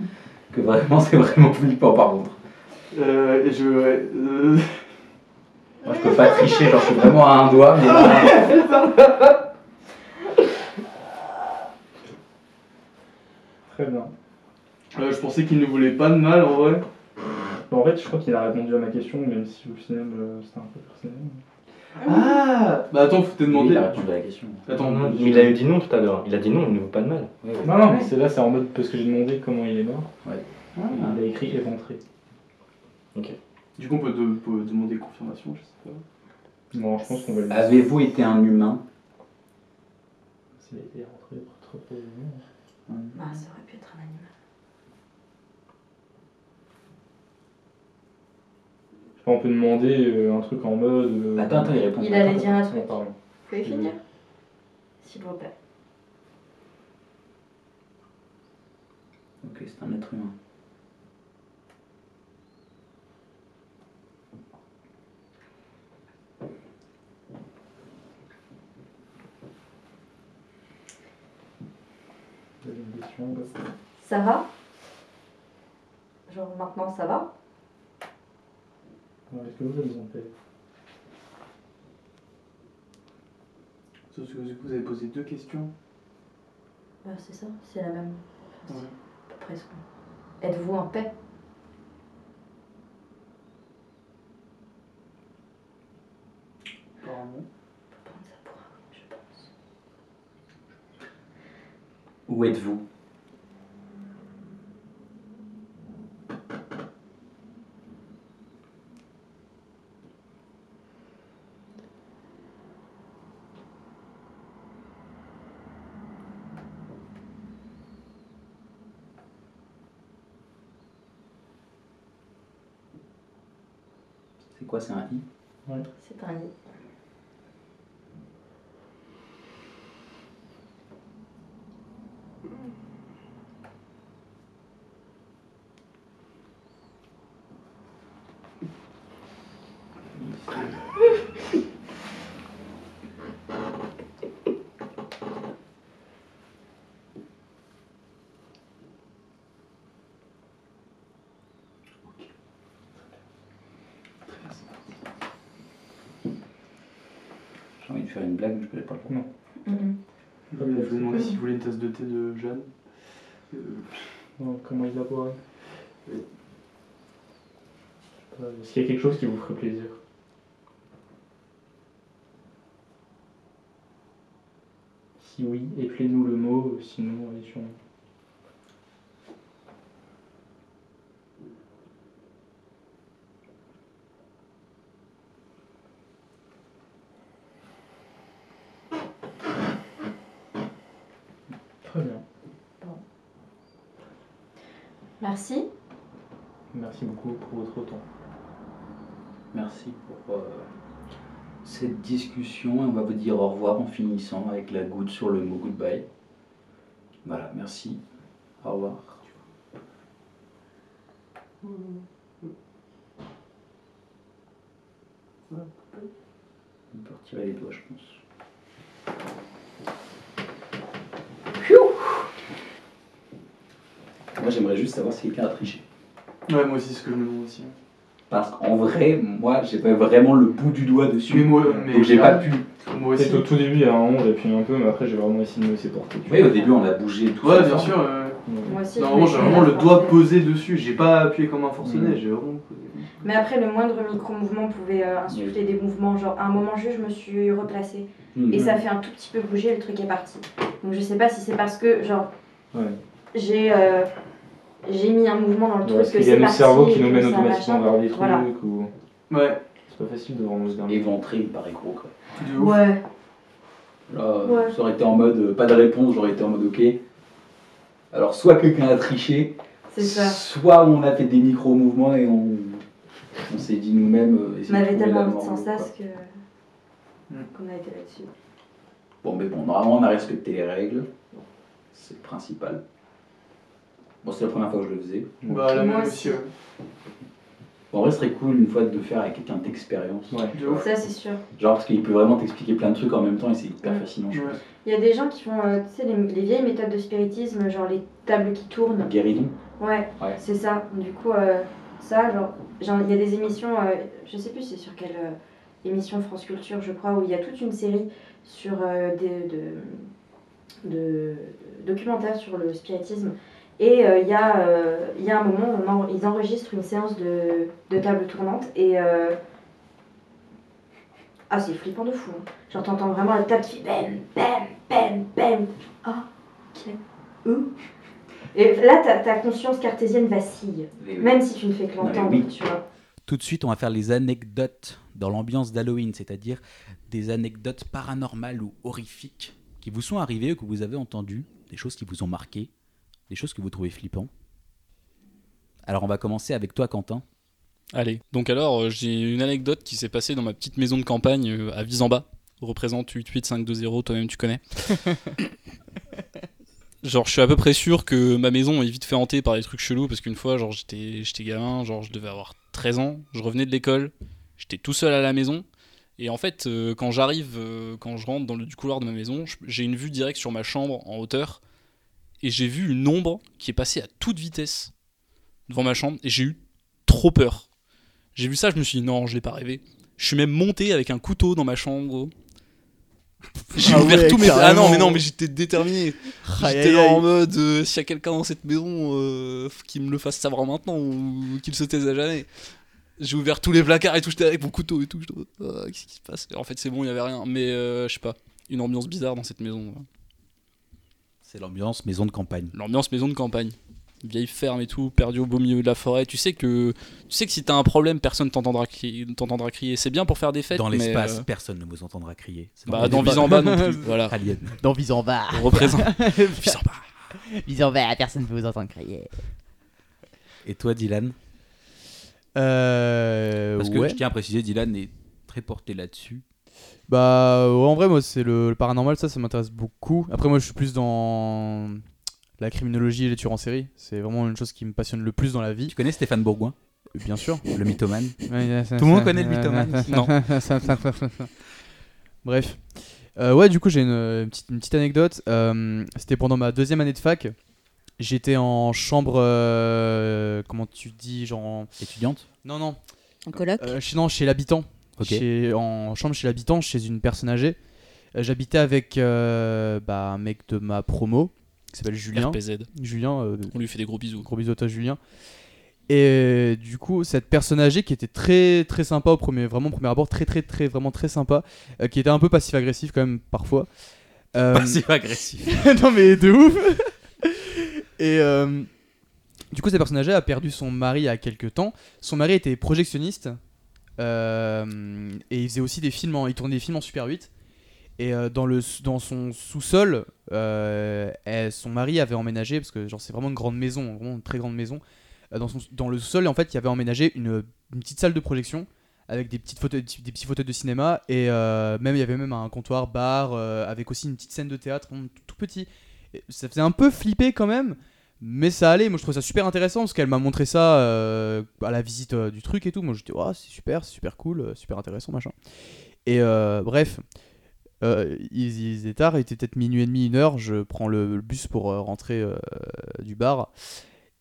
Speaker 9: que vraiment c'est vraiment flippant par contre.
Speaker 7: Euh, et je. ouais, euh,
Speaker 9: Moi je peux pas tricher, genre je suis vraiment à un doigt, mais là.
Speaker 7: Très bien.
Speaker 14: Euh, je pensais qu'il ne voulait pas de mal en vrai.
Speaker 7: Bon, en fait, je crois qu'il a répondu à ma question, même si au final, euh, c'était un peu personnel.
Speaker 14: Ah Bah attends, faut te demander.
Speaker 7: il a répondu à la question.
Speaker 14: Attends,
Speaker 13: Non, mais il a dit non tout à l'heure. Il a dit non, il ne vaut pas de mal.
Speaker 7: Non, non, mais c'est là, c'est en mode parce que j'ai demandé comment il est mort.
Speaker 14: Ah.
Speaker 7: Il a écrit éventré.
Speaker 14: Du coup, on peut, de- peut demander confirmation, je sais pas.
Speaker 7: Bon, je pense qu'on va le
Speaker 9: Avez-vous été un humain
Speaker 7: S'il a été rentré par trop peu de monde.
Speaker 12: Bah, ça aurait pu être un animal.
Speaker 7: Je sais pas, on peut demander euh, un truc en mode. euh,
Speaker 9: Attends, attends, il répond.
Speaker 12: Il allait dire un
Speaker 7: attends,
Speaker 12: truc.
Speaker 7: pardon.
Speaker 12: Vous pouvez finir Mm. S'il vous plaît.
Speaker 9: Ok, c'est un être humain.
Speaker 7: Vous avez une question, Bastien
Speaker 12: Ça va Genre maintenant ça va
Speaker 7: Alors, Est-ce que vous avez en paix
Speaker 14: Sauf que du coup, vous avez posé deux questions.
Speaker 12: Bah, C'est ça, c'est la même.
Speaker 14: Ouais.
Speaker 12: à peu près ce qu'on- Êtes-vous en paix
Speaker 14: Apparemment.
Speaker 12: On peut prendre ça pour un oui, je pense.
Speaker 9: Où êtes-vous C'est quoi, c'est un i
Speaker 12: C'est un lit.
Speaker 9: J'ai envie de faire une blague, mais je peux pas le faire.
Speaker 12: Mhm.
Speaker 14: Je vous demandais si vous voulez une tasse de thé de Jeanne. Euh,
Speaker 7: Non, comment il la boirait Je sais pas, Est-ce qu'il y a quelque chose qui vous ferait plaisir Si oui, écrivez-nous le mot, euh, sinon on est sur Très bien,
Speaker 12: Merci.
Speaker 7: merci beaucoup pour votre temps.
Speaker 9: Merci pour euh, cette discussion. Et on va vous dire au revoir en finissant avec la goutte sur le mot goodbye. Voilà, merci. Au revoir. On peut retirer les doigts, je pense. Moi, j'aimerais juste savoir si quelqu'un a triché.
Speaker 14: Ouais, moi aussi, c'est ce que je me demande aussi.
Speaker 9: Parce qu'en vrai, moi, j'ai pas vraiment le bout du doigt dessus.
Speaker 14: Mais moi, mais
Speaker 9: donc j'ai
Speaker 14: là-
Speaker 9: pas pu.
Speaker 14: Moi aussi.
Speaker 7: Peut-être au tout début, il y a un onde, et puis un peu, mais après, j'ai vraiment essayé de me laisser porter. tu
Speaker 9: Oui,
Speaker 7: vois.
Speaker 9: au début, on a bougé tout
Speaker 14: Ouais,
Speaker 9: ça.
Speaker 14: bien sûr. euh,
Speaker 12: Moi aussi. je
Speaker 14: Normalement, j'ai
Speaker 12: voulais
Speaker 14: vraiment le
Speaker 12: faire
Speaker 14: doigt
Speaker 12: ça.
Speaker 14: posé dessus. J'ai pas appuyé comme un forcené, j'ai vraiment posé.
Speaker 12: Mais après, le moindre micro-mouvement pouvait euh, insuffler des mouvements. Genre, à un moment juste, je me suis replacée.
Speaker 9: Mhm.
Speaker 12: Et ça a fait un tout petit peu bouger, le truc est parti. Donc, je sais pas si c'est parce que, genre,
Speaker 7: Ouais.
Speaker 12: j'ai euh, j'ai mis un mouvement dans le
Speaker 7: Ouais,
Speaker 12: truc
Speaker 7: Est-ce
Speaker 12: que
Speaker 7: qu'il y a
Speaker 12: c'est
Speaker 7: nos
Speaker 12: parti.
Speaker 7: cerveaux qui nous
Speaker 12: que
Speaker 7: mènent
Speaker 12: ça
Speaker 7: automatiquement
Speaker 12: machin.
Speaker 7: vers des trucs
Speaker 12: Voilà.
Speaker 7: ou...
Speaker 14: Ouais,
Speaker 7: C'est pas facile de vraiment se dire.
Speaker 9: Éventré, il paraît gros. Quoi.
Speaker 14: de ouf.
Speaker 12: Ouais.
Speaker 9: Là, euh,
Speaker 12: Ouais.
Speaker 9: ça aurait été en mode euh, pas de réponse, j'aurais été en mode ok. Alors, soit quelqu'un a triché,
Speaker 12: C'est ça.
Speaker 9: soit on a fait des micro-mouvements et on, on s'est dit nous-mêmes. euh,
Speaker 12: On
Speaker 9: essayez de
Speaker 12: avait
Speaker 9: trouver
Speaker 12: tellement
Speaker 9: la
Speaker 12: envie de
Speaker 9: morgue,
Speaker 12: sans
Speaker 9: quoi.
Speaker 12: sas que.
Speaker 14: Mm.
Speaker 12: qu'on a été là-dessus.
Speaker 9: Bon, mais bon, normalement, on a respecté les règles. C'est le principal. Bon, c'est la première fois que je le faisais.
Speaker 14: Bah, la
Speaker 12: Moi
Speaker 14: même
Speaker 12: aussi.
Speaker 14: aussi, ouais.
Speaker 9: Bon, en vrai, ce serait cool une fois de le faire avec quelqu'un d'expérience.
Speaker 7: Ouais.
Speaker 14: De ouf.
Speaker 12: Ça, c'est sûr.
Speaker 9: Genre, parce qu'il peut vraiment t'expliquer plein de trucs en même temps et c'est hyper
Speaker 12: Ouais.
Speaker 9: fascinant. je
Speaker 14: Ouais.
Speaker 12: Il y a des gens qui font, euh, tu sais, les, les vieilles méthodes de spiritisme, genre les tables qui tournent.
Speaker 9: trouve. Guéridon.
Speaker 12: Ouais,
Speaker 9: Ouais.
Speaker 12: c'est ça. Du coup, euh, ça, genre, genre, il y a des émissions, euh, je sais plus c'est sur quelle euh, émission France Culture, je crois, où il y a toute une série sur euh, des de, de- documentaires sur le spiritisme. Et euh, il y, a, euh, il y a un moment, on en- ils enregistrent une séance de, de table tournante et. euh, Ah, c'est flippant de fou. hein. Genre, t'entends vraiment la table qui fait bam, bam, bam, bam. Ah, ok. Ouh. Et là, ta, ta conscience cartésienne vacille,
Speaker 9: Oui, oui.
Speaker 12: même si tu ne fais que
Speaker 9: Non, mais
Speaker 12: l'entendre,
Speaker 9: oui.
Speaker 12: tu vois.
Speaker 1: Tout de suite, on va faire les anecdotes dans l'ambiance d'Halloween, c'est-à-dire des anecdotes paranormales ou horrifiques qui vous sont arrivées ou que vous avez entendues, des choses qui vous ont marqué, des choses que vous trouvez flippantes. Alors, on va commencer avec toi, Quentin.
Speaker 5: Allez, donc alors euh, j'ai une anecdote qui s'est passée dans ma petite maison de campagne euh, à Visamba, représente 88520, toi-même tu connais. genre je suis à peu près sûr que ma maison est vite fait hantée par des trucs chelous parce qu'une fois genre j'étais j'étais gamin, genre je devais avoir 13 ans, je revenais de l'école, j'étais tout seul à la maison et en fait euh, quand j'arrive euh, quand je rentre dans le du couloir de ma maison, je- j'ai une vue directe sur ma chambre en hauteur et j'ai vu une ombre qui est passée à toute vitesse devant ma chambre et j'ai eu trop peur. J'ai vu ça, je me suis dit non, je l'ai pas rêvé. Je suis même monté avec un couteau dans ma chambre. gros. J'ai
Speaker 15: Ah
Speaker 5: ouvert
Speaker 15: ouais,
Speaker 5: tous mes Ah non, mais non,
Speaker 15: carrément.
Speaker 5: mais j'étais déterminé.
Speaker 15: Aïe,
Speaker 5: J'étais
Speaker 15: aïe,
Speaker 5: là en
Speaker 15: aïe.
Speaker 5: mode euh, s'il y a quelqu'un dans cette maison euh, faut qu'il me le fasse savoir maintenant ou qu'il se taise à jamais. J'ai ouvert tous les placards et tout, j'étais avec mon couteau et tout. j'étais en mode, Ah, Qu'est-ce qui se passe En fait, c'est bon, il y avait rien. Mais euh, je sais pas, une ambiance bizarre dans cette maison. voilà.
Speaker 1: C'est l'ambiance maison de campagne.
Speaker 5: L'ambiance maison de campagne. Vieille ferme et tout, perdu au beau milieu de la forêt. Tu sais que, tu sais que si t'as un problème, personne t'entendra crier. t'entendra crier. C'est bien pour faire des fêtes.
Speaker 1: Dans
Speaker 5: mais,
Speaker 1: l'espace,
Speaker 5: euh,
Speaker 1: personne ne vous entendra crier. C'est
Speaker 5: Bah,
Speaker 1: le
Speaker 5: dans
Speaker 1: débat.
Speaker 5: Visamba non plus. Voilà.
Speaker 1: Alien.
Speaker 15: Dans Visamba.
Speaker 5: Représente.
Speaker 15: Visamba. Visamba, personne ne peut vous entendre crier.
Speaker 1: Et toi, Dylan
Speaker 4: Euh,
Speaker 1: Parce que
Speaker 4: ouais.
Speaker 1: je tiens à préciser, Dylan est très porté là-dessus.
Speaker 4: Bah, ouais, en vrai, moi, c'est le, le paranormal, ça, ça m'intéresse beaucoup. Après, moi, je suis plus dans la criminologie et les tueurs en série. C'est vraiment une chose qui me passionne le plus dans la vie. Tu
Speaker 1: connais Stéphane Bourgoin
Speaker 4: Bien sûr.
Speaker 1: Le mythomane.
Speaker 4: Ouais, ouais, ça-
Speaker 1: Tout le monde
Speaker 4: ça-
Speaker 1: connaît le
Speaker 4: ouais,
Speaker 1: mythomane.
Speaker 4: ouais, ça-
Speaker 1: Non.
Speaker 4: ça- ça- ça- ça- ça. Bref. Euh, ouais, du coup, j'ai une, une petite, une petite anecdote. Euh, C'était pendant ma deuxième année de fac. J'étais en chambre. euh, comment tu dis genre en-
Speaker 1: Étudiante
Speaker 4: Non, non.
Speaker 3: En coloc
Speaker 4: Euh, chez, Non, chez l'habitant.
Speaker 1: Ok.
Speaker 4: Chez- en chambre chez l'habitant, chez une personne âgée. Euh, J'habitais avec euh, bah, un mec de ma promo qui s'appelle Julien.
Speaker 5: RPZ.
Speaker 4: Julien. euh,
Speaker 5: On lui fait des gros bisous.
Speaker 4: Gros bisous à toi, Julien. Et euh, du coup, cette personne âgée qui était très très sympa au premier, vraiment au premier abord, très très très vraiment très sympa, euh, qui était un peu passif-agressif quand même parfois. Euh,
Speaker 1: Passif-agressif.
Speaker 4: non mais de ouf. Et euh, du coup, cette personne âgée a perdu son mari il y a quelques temps. Son mari était projectionniste euh, et il faisait aussi des films, en- il tournait des films en Super 8. Et euh, dans, le, dans son sous-sol, euh, elle- son mari avait emménagé, parce que genre, c'est vraiment une grande maison, vraiment une très grande maison. Euh, dans, son- dans le sous-sol, en fait, il y avait emménagé une, une petite salle de projection avec des, petites fauteuils, des petits fauteuils de cinéma. Et euh, même, il y avait même un comptoir bar euh, avec aussi une petite scène de théâtre, vraiment tout, tout petit. Et ça faisait un peu flipper quand même. Mais ça allait, moi je trouvais ça super intéressant parce qu'elle m'a montré ça euh, à la visite euh, du truc et tout. Moi j'étais, oh, c'est super, c'est super cool, euh, super intéressant, machin. Et euh, bref, euh, il, il faisait tard, il était peut-être minuit et demi, une heure. Je prends le, le bus pour euh, rentrer euh, du bar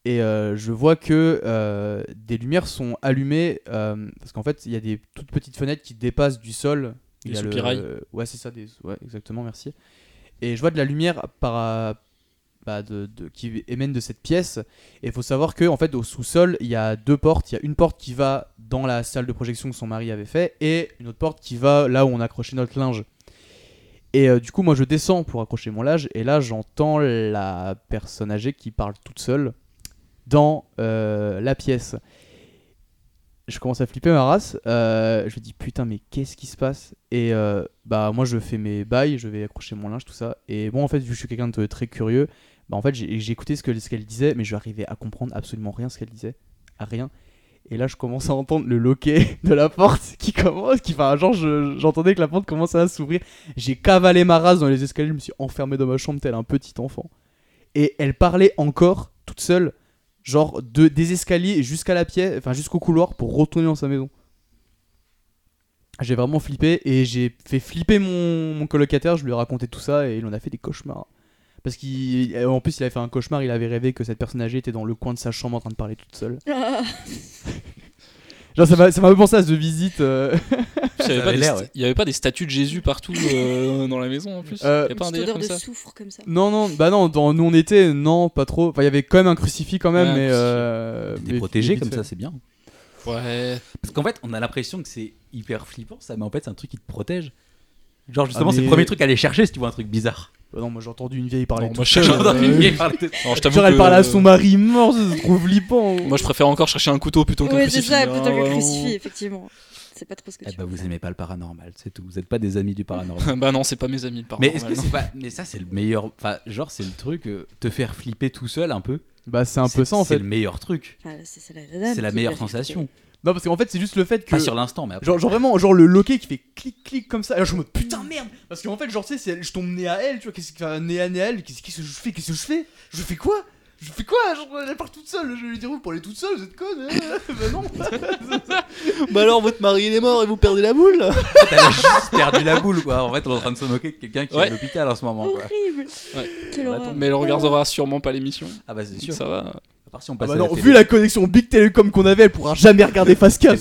Speaker 4: et euh, je vois que euh, des lumières sont allumées euh, parce qu'en fait il y a des toutes petites fenêtres qui dépassent du sol.
Speaker 5: Des
Speaker 4: Il y a le-
Speaker 5: soupirails.
Speaker 4: ouais, c'est ça, des... ouais, exactement, merci. Et je vois de la lumière par, bah, de, de- qui émane de cette pièce. Et il faut savoir que en fait, au sous-sol, il y a deux portes. Il y a une porte qui va dans la salle de projection que son mari avait fait et une autre porte qui va là où on accrochait notre linge. Et euh, du coup, moi, je descends pour accrocher mon linge. Et là, j'entends la personne âgée qui parle toute seule dans euh, la pièce je commence à flipper ma race. Euh, je me dis putain, mais qu'est-ce qui se passe Et euh, bah moi je fais mes bails, je vais accrocher mon linge, tout ça. Et bon, en fait, vu que je suis quelqu'un de très curieux, bah en fait j'ai j'ai écouté ce que- ce qu'elle disait, mais je arrivais à comprendre absolument rien ce qu'elle disait, à rien. Et là, je commence à entendre le loquet de la porte qui commence, qui enfin genre je- j'entendais que la porte commençait à s'ouvrir. J'ai cavalé ma race dans les escaliers, je me suis enfermé dans ma chambre tel un petit enfant. Et elle parlait encore toute seule genre de, des escaliers jusqu'à la pièce, enfin jusqu'au couloir pour retourner dans sa maison. J'ai vraiment flippé et j'ai fait flipper mon, mon colocataire, je lui ai raconté tout ça et il en a fait des cauchemars. Parce qu'en plus, il avait fait un cauchemar, il avait rêvé que cette personne âgée était dans le coin de sa chambre en train de parler toute seule.
Speaker 3: Ah.
Speaker 4: Genre, ça m'a ça m'a fait penser à The Visit. euh.
Speaker 5: Il n'y avait, pas des sta- il y avait pas des statues de Jésus partout euh, dans la maison en plus Il y
Speaker 4: Euh,
Speaker 5: avait pas un
Speaker 3: Petite
Speaker 5: délire
Speaker 3: odeur
Speaker 5: comme
Speaker 3: de
Speaker 5: ça
Speaker 3: soufre comme ça.
Speaker 4: Non, non, bah non, dans Nous on était, non, pas trop. Enfin, il y avait quand même un crucifix quand même,
Speaker 1: Ouais, un
Speaker 4: mais.
Speaker 1: crucifix.
Speaker 4: euh,
Speaker 1: Des
Speaker 4: mais-
Speaker 1: protégés
Speaker 4: mais
Speaker 1: comme
Speaker 4: vite
Speaker 1: ça,
Speaker 4: fait.
Speaker 1: c'est bien.
Speaker 5: Ouais.
Speaker 1: Parce qu'en fait, on a l'impression que c'est hyper flippant ça, mais en fait, c'est un truc qui te protège. Genre,
Speaker 4: Ah,
Speaker 1: justement, c'est
Speaker 4: mais-
Speaker 1: le premier truc à aller chercher si tu vois un truc bizarre.
Speaker 4: Bah non, moi j'ai entendu une vieille parler.
Speaker 5: Non,
Speaker 4: tout
Speaker 5: moi,
Speaker 4: seul,
Speaker 1: Ah,
Speaker 5: j'ai
Speaker 4: euh,
Speaker 1: bah
Speaker 5: entendu une vieille
Speaker 4: euh,
Speaker 5: parler. Alors, je t'avoue
Speaker 4: genre, elle
Speaker 5: que- euh,
Speaker 4: parle à son mari mort, ça se trouve flippant.
Speaker 5: Moi je préfère encore chercher un couteau plutôt qu'un
Speaker 3: Oui, c'est
Speaker 5: crucifix.
Speaker 3: ça, plutôt
Speaker 5: Ah,
Speaker 3: que
Speaker 5: ouais,
Speaker 3: crucifix, effectivement. C'est pas trop ce que
Speaker 1: Eh
Speaker 3: tu
Speaker 1: bah, vous aimez pas le paranormal, c'est tout. Vous êtes pas des amis du
Speaker 5: non.
Speaker 1: paranormal.
Speaker 5: bah non, c'est pas mes amis le
Speaker 1: mais est-ce que
Speaker 5: paranormal,
Speaker 1: c'est
Speaker 5: non.
Speaker 1: pas. Mais ça, c'est le meilleur. Enfin, genre, c'est le truc, euh, te faire flipper tout seul un peu.
Speaker 4: Bah, c'est un peu ça en
Speaker 1: C'est
Speaker 4: fait.
Speaker 1: le meilleur truc.
Speaker 3: Enfin, Ah, c'est c'est la,
Speaker 1: C'est la meilleure sensation.
Speaker 4: Non, parce qu'en fait, c'est juste le fait que.
Speaker 1: Pas sur l'instant, mais après.
Speaker 4: Genre, genre vraiment, genre le loquet qui fait clic-clic comme ça. Et là, je me putain merde Parce qu'en fait, genre, tu sais, c'est- je tombe nez à elle, tu vois, qu'est-ce que. Enfin, nez à nez à elle, qu'est-ce qu'est-ce que je fais Qu'est-ce que je fais Je fais quoi je fais quoi Genre, Elle part toute seule, je lui dis, oh, pour aller toute seule, vous êtes conne euh, Bah non
Speaker 5: Bah alors votre mari il est mort et vous perdez la boule
Speaker 1: Elle a juste perdu la boule, quoi. En fait, on est en train de se moquer de quelqu'un qui
Speaker 5: Ouais.
Speaker 1: est à l'hôpital en ce moment, quoi.
Speaker 3: Horrible
Speaker 5: Ouais.
Speaker 3: Quelle horreur.
Speaker 5: Mais elle regardera sûrement pas l'émission.
Speaker 1: Ah bah, c'est sûr.
Speaker 5: Ça va.
Speaker 1: À part si on
Speaker 4: Ah
Speaker 1: passe
Speaker 4: bah
Speaker 1: à
Speaker 4: non,
Speaker 1: la
Speaker 4: vu la connexion Big Telecom qu'on avait, elle pourra jamais regarder Fastcam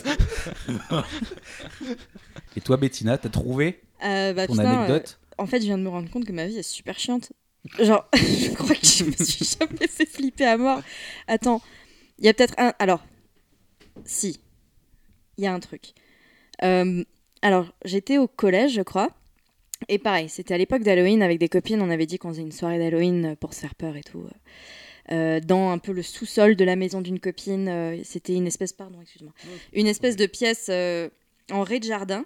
Speaker 1: Et toi, Bettina, t'as trouvé
Speaker 3: Euh, bah,
Speaker 1: ton
Speaker 3: putain, euh,
Speaker 1: anecdote
Speaker 3: en fait, je viens de me rendre compte que ma vie est super chiante. Genre, je crois que je me suis jamais fait flipper à mort. Attends, il y a peut-être un. Alors, si, il y a un truc. Euh, alors, j'étais au collège, je crois. Et pareil, c'était à l'époque d'Halloween avec des copines. On avait dit qu'on faisait une soirée d'Halloween pour se faire peur et tout. Euh, dans un peu le sous-sol de la maison d'une copine. euh, c'était une espèce, pardon, excuse-moi, une espèce de pièce euh, en rez-de-jardin.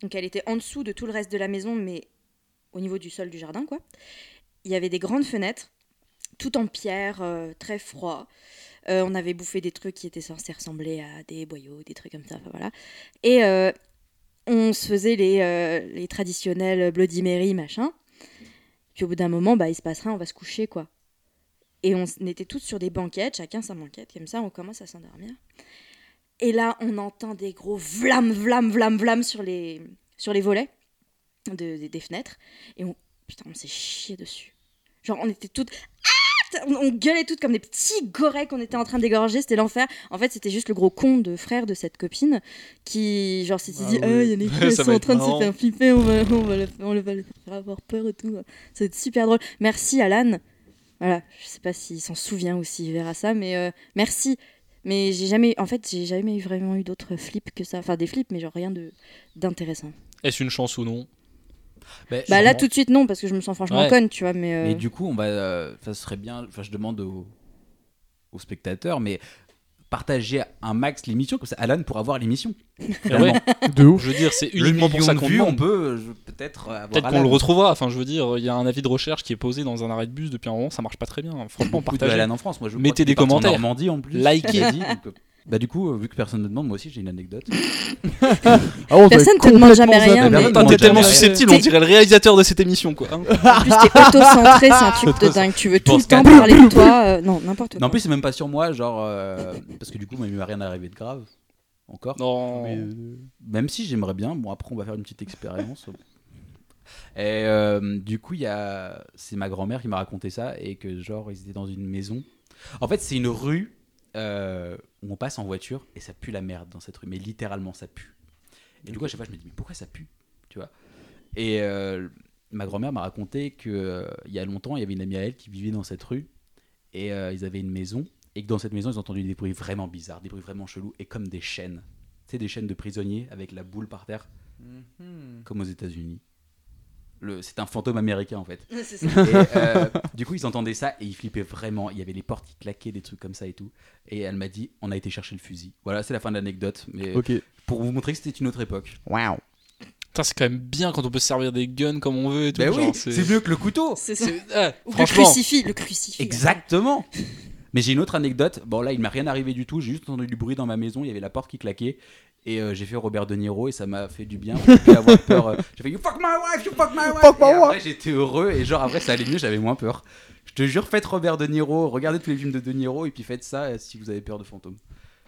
Speaker 3: Donc elle était en dessous de tout le reste de la maison, mais au niveau du sol du jardin, quoi. Il y avait des grandes fenêtres, tout en pierre, euh, très froid. Euh, on avait bouffé des trucs qui étaient censés ressembler à des boyaux, des trucs comme ça, enfin, voilà. Et euh, on se faisait les, euh, les traditionnels Bloody Mary, machin. Puis au bout d'un moment, bah, il se passe rien, on va se coucher, quoi. Et on s- on était toutes sur des banquettes, chacun sa banquette, comme ça, on commence à s'endormir. Et là, on entend des gros vlam, vlam, vlam, vlam sur les, sur les volets de- des- des fenêtres. Et on, putain, on s'est chié dessus. Genre, on était toutes. Ah On, on gueulait toutes comme des petits gorets qu'on était en train d'égorger. C'était l'enfer. En fait, c'était juste le gros con de frère de cette copine qui, genre, s'était
Speaker 12: Ah
Speaker 3: dit
Speaker 12: oui.
Speaker 3: Ah, il y a les filles, elles
Speaker 12: Ça
Speaker 3: sont
Speaker 12: va
Speaker 3: en
Speaker 12: être
Speaker 3: train
Speaker 12: marrant.
Speaker 3: de se faire flipper, on va, on va, le- on va le faire avoir peur et tout. Ça va être super drôle. Merci, Alan. Voilà, je sais pas s'il s'en souvient ou s'il verra ça, mais euh, merci. Mais j'ai jamais, en fait, j'ai jamais eu vraiment eu d'autres flips que ça. Enfin, des flips, mais genre rien de d'intéressant.
Speaker 5: Est-ce une chance ou non
Speaker 3: Bah là, tout de suite, non, parce que je me sens franchement
Speaker 1: Ouais.
Speaker 3: conne, tu vois, mais. euh,
Speaker 1: Mais du coup, on va, euh, ça serait bien. Enfin, je demande aux, aux spectateurs, mais partager un max l'émission comme ça. Alan pourra voir l'émission. Clairement.
Speaker 4: De ouf.
Speaker 5: Je veux dire, c'est
Speaker 1: Le
Speaker 5: uniquement pour
Speaker 1: million
Speaker 5: ça
Speaker 1: de
Speaker 5: qu'on
Speaker 1: vues, on
Speaker 5: demande.
Speaker 1: peut euh, je- peut-être euh, avoir.
Speaker 5: Peut-être
Speaker 1: Alan.
Speaker 5: qu'on le retrouvera. Enfin, je veux dire, il y a un avis de recherche qui est posé dans un arrêt de bus depuis un moment. Ça marche pas très bien. hein. Franchement,
Speaker 1: Beaucoup de
Speaker 5: partagez.
Speaker 1: Alan en France. Moi, je crois
Speaker 5: Mettez
Speaker 1: qu'il est
Speaker 5: des
Speaker 1: parti en
Speaker 5: commentaires.
Speaker 1: Normandie en plus.
Speaker 5: Likez.
Speaker 1: Vas-y, donc, euh, Bah du coup, euh, vu que personne ne demande, moi aussi j'ai une anecdote.
Speaker 4: Ah,
Speaker 3: Personne te demande jamais
Speaker 1: zappé.
Speaker 3: rien.
Speaker 1: Personne te
Speaker 3: mais-
Speaker 1: demande
Speaker 5: Ah, T'es tellement
Speaker 1: jamais rien.
Speaker 5: susceptible, on dirait le réalisateur de cette émission, quoi. hein.
Speaker 3: En plus, t'es auto-centré, c'est un truc de dingue. Tu veux tout le
Speaker 1: pense
Speaker 3: temps
Speaker 1: qu'à-
Speaker 3: parler de toi. euh, non, n'importe
Speaker 1: Non, en
Speaker 3: quoi.
Speaker 1: plus, c'est même pas sur moi, genre. euh, parce que du coup, moi, il m'est rien arrivé de grave. Encore.
Speaker 5: Non.
Speaker 1: Même si j'aimerais bien. Bon, après, on va faire une petite expérience. Et euh, du coup, il y a... c'est ma grand-mère qui m'a raconté ça et que, genre, ils étaient dans une maison. En fait, c'est une rue euh, où on passe en voiture et ça pue la merde dans cette rue. Mais littéralement, ça pue. Et du coup, à chaque fois, je me dis, mais pourquoi ça pue Tu vois Et euh, ma grand-mère m'a raconté que euh, il y a longtemps, il y avait une amie à elle qui vivait dans cette rue et euh, ils avaient une maison et que dans cette maison, ils ont entendu des bruits vraiment bizarres, des bruits vraiment chelous et comme des chaînes. Tu sais, des chaînes de prisonniers avec la boule par terre, comme aux États-Unis. Le- C'est un fantôme américain en fait.
Speaker 3: Ouais, c'est ça.
Speaker 1: Et, euh, du coup, ils entendaient ça et ils flippaient vraiment. Il y avait les portes qui claquaient, des trucs comme ça et tout. Et elle m'a dit, on a été chercher le fusil. Voilà, c'est la fin de l'anecdote. Mais
Speaker 4: Ok.
Speaker 1: pour vous montrer que c'était une autre époque.
Speaker 15: Waouh.
Speaker 5: Putain, c'est quand même bien quand on peut se servir des guns comme on veut et tout.
Speaker 1: Ben
Speaker 5: genre,
Speaker 1: oui, c'est mieux que le couteau.
Speaker 3: C'est ça.
Speaker 5: Ah,
Speaker 3: Ou le
Speaker 1: franchement.
Speaker 3: crucifix, le crucifix.
Speaker 1: Exactement. Mais j'ai une autre anecdote. Bon, là, il m'est rien arrivé du tout. J'ai juste entendu du bruit dans ma maison. Il y avait la porte qui claquait. Et euh, j'ai fait Robert De Niro et ça m'a fait du bien. J'ai pu avoir peur. euh, J'ai fait You fuck my wife, you fuck my wife.
Speaker 4: Fuck my
Speaker 1: Et après, j'étais heureux. Et genre, après, ça allait mieux. J'avais moins peur. Je te jure, faites Robert De Niro. Regardez tous les films de De Niro. Et puis faites ça euh, si vous avez peur de fantômes.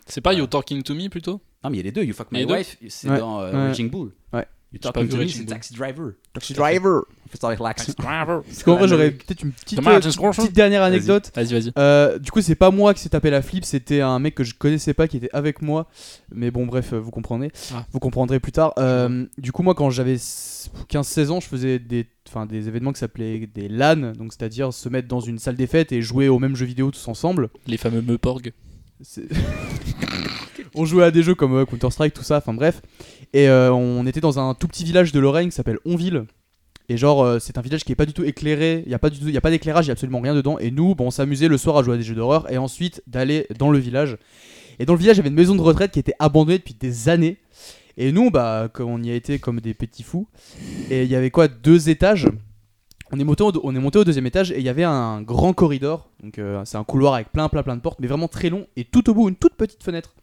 Speaker 5: C'est pas You Talking to Me plutôt
Speaker 1: Non, mais il y a les deux. You fuck
Speaker 5: Il
Speaker 1: my
Speaker 5: y a les deux
Speaker 1: wife, c'est
Speaker 4: Ouais.
Speaker 1: dans euh,
Speaker 4: Ouais.
Speaker 1: Raging Bull.
Speaker 4: Ouais.
Speaker 1: You
Speaker 5: J'ai pas
Speaker 1: talking
Speaker 5: vu
Speaker 1: to me,
Speaker 5: Raging
Speaker 1: c'est
Speaker 5: Bull.
Speaker 1: Taxi Driver.
Speaker 4: Taxi Driver.
Speaker 1: On fait ça avec l'accent.
Speaker 5: Taxi Driver.
Speaker 4: Parce qu'en vrai, j'aurais peut-être une petite,
Speaker 5: Dommage,
Speaker 4: euh,
Speaker 5: c'est ce qu'on
Speaker 4: petite
Speaker 5: fait.
Speaker 4: dernière anecdote.
Speaker 5: Ah, Vas-y, vas-y.
Speaker 4: Euh, du coup, c'est pas moi qui s'est tapé la flip, c'était un mec que je connaissais pas qui était avec moi. Mais bon, bref, euh, vous comprenez.
Speaker 5: Ah.
Speaker 4: Vous comprendrez plus tard. Euh, du coup, moi, quand j'avais 15-16 ans, je faisais des, enfin, des événements qui s'appelaient des LAN, donc c'est-à-dire se mettre dans une salle des fêtes et jouer aux mêmes jeux vidéo tous ensemble.
Speaker 5: Les fameux Meuporg.
Speaker 4: C'est- on jouait à des jeux comme euh, Counter-Strike, tout ça, enfin bref. Et euh, on était dans un tout petit village de Lorraine qui s'appelle Onville. Et genre, euh, c'est un village qui est pas du tout éclairé, il n'y a pas du tout- y a pas d'éclairage, il n'y a absolument rien dedans. Et nous, bon, on s'amusait le soir à jouer à des jeux d'horreur et ensuite d'aller dans le village. Et dans le village, il y avait une maison de retraite qui était abandonnée depuis des années. Et nous, bah, comme on y a été comme des petits fous. Et il y avait quoi Deux étages. On est, monté au, on est monté au deuxième étage et il y avait un grand corridor. Donc euh, c'est un couloir avec plein plein plein de portes, mais vraiment très long. Et tout au bout, une toute petite fenêtre.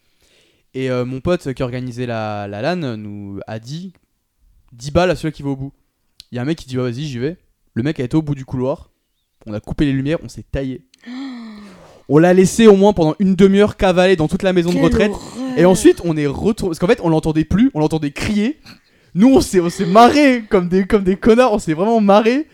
Speaker 4: Et euh, mon pote qui organisait la, la LAN nous a dit 10 balles à celui qui va au bout. Il y a un mec qui dit bah, vas-y j'y vais. Le mec a été au bout du couloir. On a coupé les lumières, on s'est taillé. On l'a laissé au moins pendant une demi-heure cavaler dans toute la maison de
Speaker 16: Quelle
Speaker 4: retraite.
Speaker 16: horreur.
Speaker 4: Et ensuite on est retourné. Parce qu'en fait on l'entendait plus, on l'entendait crier. Nous on s'est on s'est marré comme des, comme des connards, on s'est vraiment marré.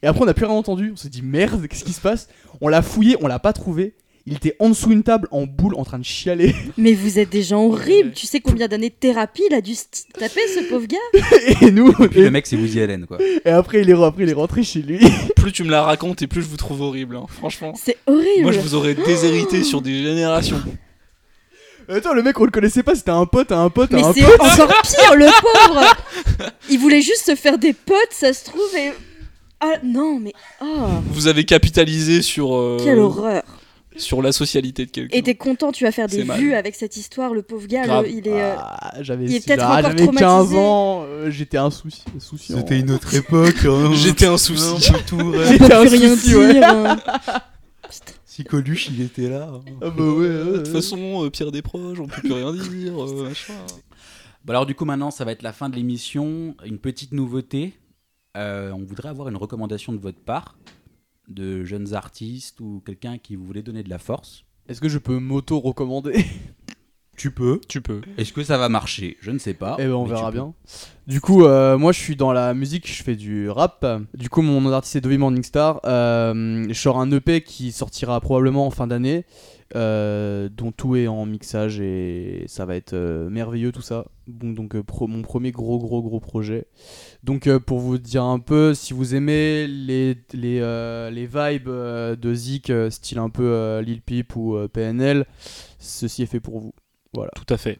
Speaker 4: Et après, on n'a plus rien entendu. On s'est dit merde, qu'est-ce qui se passe On l'a fouillé, on l'a pas trouvé. Il était en dessous d'une table, en boule, en train de chialer.
Speaker 3: Mais vous êtes des gens horribles. Tu sais combien d'années de thérapie il a dû se t- taper, ce pauvre gars
Speaker 4: Et nous.
Speaker 1: Et puis le mec, c'est Woody Allen, quoi.
Speaker 4: Et après, il est, re- après, il est rentré chez lui.
Speaker 5: Plus tu me la racontes et plus je vous trouve horrible, hein, franchement.
Speaker 3: C'est horrible.
Speaker 5: Moi, je vous aurais déshérité sur des générations.
Speaker 4: Attends, Euh, le mec, on le connaissait pas, c'était un pote à un pote
Speaker 3: Mais
Speaker 4: à un
Speaker 3: c'est
Speaker 4: pote.
Speaker 3: encore pire, le pauvre Il voulait juste se faire des potes, ça se trouve, et... Ah non, mais... Oh
Speaker 5: Vous avez capitalisé sur. euh,
Speaker 3: Quelle horreur.
Speaker 5: Sur la socialité de quelqu'un.
Speaker 3: Et t'es content, tu vas faire des
Speaker 5: C'est mal.
Speaker 3: vues avec cette histoire, le pauvre gars,
Speaker 5: Grave.
Speaker 3: le- il est... euh,
Speaker 4: Ah. J'avais,
Speaker 3: il est
Speaker 4: six-
Speaker 3: peut-être
Speaker 4: ah,
Speaker 3: encore
Speaker 4: j'avais 15
Speaker 3: traumatisé.
Speaker 4: ans, euh, j'étais insouci. insouciant.
Speaker 16: C'était une autre époque. hein.
Speaker 5: J'étais un
Speaker 16: On
Speaker 5: souci.
Speaker 16: peut tout, ouais.
Speaker 4: J'étais un souci, ouais.
Speaker 16: Si Coluche, il était là. hein.
Speaker 4: Ah bah ouais.
Speaker 5: De toute façon, euh, Pierre Desproges, on peut plus rien dire. euh, machin.
Speaker 1: Bon, Bah, alors du coup maintenant ça va être la fin de l'émission. Une petite nouveauté. Euh, on voudrait avoir une recommandation de votre part de jeunes artistes ou quelqu'un qui vous voulait donner de la force.
Speaker 4: Est-ce que je peux m'auto-recommander
Speaker 1: Tu peux.
Speaker 5: Tu peux.
Speaker 1: Est-ce que ça va marcher Je ne sais pas.
Speaker 4: Eh ben on
Speaker 1: mais tu
Speaker 4: verra
Speaker 1: peux.
Speaker 4: bien. Du coup, euh, moi je suis dans la musique, je fais du rap. Du coup, mon nom d'artiste c'est Dovi Morningstar. Euh, je sors un EP qui sortira probablement en fin d'année, euh, dont tout est en mixage et ça va être euh, merveilleux tout ça. Bon, donc euh, pro- mon premier gros gros gros projet. Donc euh, pour vous dire un peu, si vous aimez les, les, euh, les vibes euh, de Zik, euh, style un peu euh, Lil Peep ou euh, PNL, ceci est fait pour vous. Voilà.
Speaker 5: Tout à fait.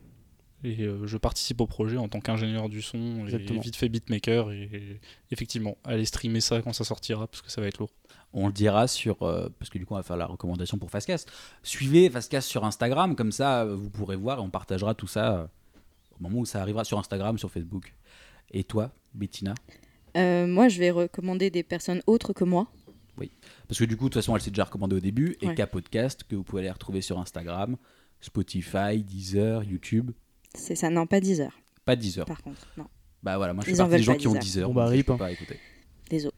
Speaker 5: Et euh, je participe au projet en tant qu'ingénieur du son et
Speaker 4: Exactement.
Speaker 5: vite fait beatmaker. Et, et effectivement, allez streamer ça quand ça sortira parce que ça va être lourd.
Speaker 1: On le dira sur. euh, parce que du coup, on va faire la recommandation pour Fastcast. Suivez Fastcast sur Instagram, comme ça, euh, vous pourrez voir et on partagera tout ça euh, au moment où ça arrivera sur Instagram, sur Facebook. Et toi, Bettina
Speaker 3: euh, moi, je vais recommander des personnes autres que moi.
Speaker 1: Oui. Parce que du coup, de toute façon, elle s'est déjà recommandée au début. Et
Speaker 3: Ouais.
Speaker 1: qu'à podcast, que vous pouvez aller retrouver sur Instagram, Spotify, Deezer, YouTube.
Speaker 3: C'est ça, non, pas 10 heures.
Speaker 1: Pas Deezer.
Speaker 3: Par contre, non.
Speaker 1: Bah voilà, moi je suis
Speaker 3: Ils en
Speaker 1: partie des
Speaker 3: veulent
Speaker 1: gens
Speaker 3: pas
Speaker 1: qui ont
Speaker 3: Deezer.
Speaker 1: Deezer.
Speaker 4: Bon, bah,
Speaker 1: donc je
Speaker 4: rip,
Speaker 1: peux
Speaker 4: hein.
Speaker 1: pas écouter.
Speaker 3: Désolé.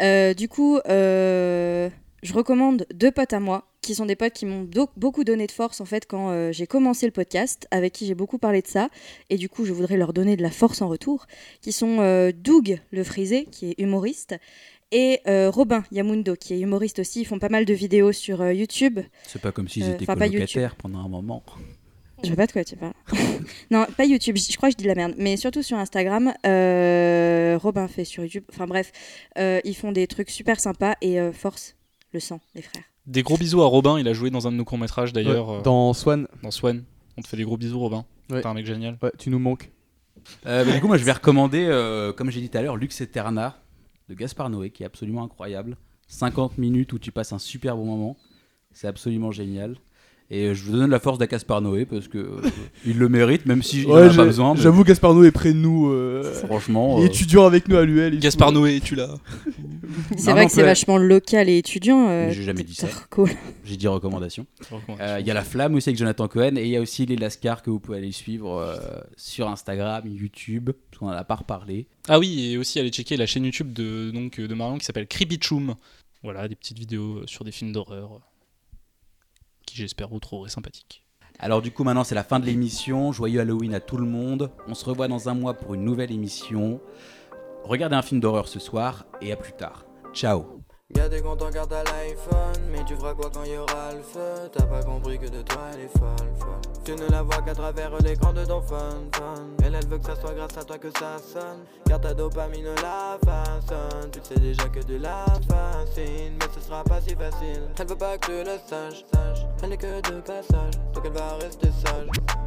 Speaker 3: Euh, du coup, euh, je recommande deux potes à moi, qui sont des potes qui m'ont do- beaucoup donné de force en fait quand euh, j'ai commencé le podcast, avec qui j'ai beaucoup parlé de ça, et du coup je voudrais leur donner de la force en retour, qui sont euh, Doug le Frisé, qui est humoriste, et euh, Robin Yamundo, qui est humoriste aussi. Ils font pas mal de vidéos sur euh, YouTube.
Speaker 1: C'est pas comme s'ils
Speaker 3: Euh,
Speaker 1: étaient
Speaker 3: enfin, pas YouTube.
Speaker 1: colocataires pendant un moment.
Speaker 3: Je sais pas de quoi tu parles. non, pas YouTube, je je crois que je dis de la merde. Mais surtout sur Instagram, euh, Robin fait sur YouTube. Enfin bref, euh, ils font des trucs super sympas et euh, force le sang, les frères.
Speaker 5: Des gros bisous à Robin. Il a joué dans un de nos courts-métrages d'ailleurs.
Speaker 4: Ouais,
Speaker 5: euh,
Speaker 4: dans Swan.
Speaker 5: dans Swan. On te fait des gros bisous, Robin.
Speaker 4: Ouais.
Speaker 5: T'es un mec génial.
Speaker 4: Ouais, tu nous manques.
Speaker 1: Euh, bah, du coup, moi, je vais recommander, euh, comme j'ai dit tout à l'heure, Lux Eterna de Gaspard Noé, qui est absolument incroyable. 50 minutes où tu passes un super bon moment. C'est absolument génial. Et euh, je vous donne la force d'à Gaspard Noé parce que euh, il le mérite, même si on
Speaker 4: Ouais,
Speaker 1: en a
Speaker 4: j'ai-
Speaker 1: pas besoin. mais
Speaker 4: J'avoue, Gaspard Noé est près de nous. euh,
Speaker 1: Franchement,
Speaker 4: Il
Speaker 1: euh,
Speaker 4: est étudiant avec nous à l'UL.
Speaker 5: Gaspard Noé, tu l'as.
Speaker 3: C'est
Speaker 1: Non,
Speaker 3: vrai
Speaker 1: non,
Speaker 3: que c'est
Speaker 1: peut-
Speaker 3: vachement local et étudiant. euh,
Speaker 1: J'ai jamais dit ça.
Speaker 3: t'as recours.
Speaker 1: J'ai dit recommandation.
Speaker 5: Recommandation.
Speaker 1: Euh, Il y a La Flamme aussi avec Jonathan Cohen et il y a aussi les Lascar que vous pouvez aller suivre euh, sur Instagram, YouTube, parce qu'on en a pas reparlé.
Speaker 5: Ah oui, et aussi aller checker la chaîne YouTube de, donc, euh, de Marion qui s'appelle Creepy Choum. Voilà, des petites vidéos euh, sur des films d'horreur euh, qui j'espère vous trouverez sympathiques.
Speaker 1: Alors du coup maintenant c'est la fin de l'émission, joyeux Halloween à tout le monde, on se revoit dans un mois pour une nouvelle émission. Regardez un film d'horreur ce soir et à plus tard. Ciao
Speaker 9: Y'a des comptes en garde à l'iPhone, mais tu feras quoi quand y aura le feu T'as pas compris que de toi elle est folle, folle. Tu ne la vois qu'à travers l'écran de ton fun, fun. Elle, elle veut que ça soit grâce à toi que ça sonne. Car ta dopamine la façonne. Tu sais déjà que tu la fascines, mais ce sera pas si facile. Elle veut pas que tu le saches, sache. Elle n'est que de passage, donc elle va rester sage.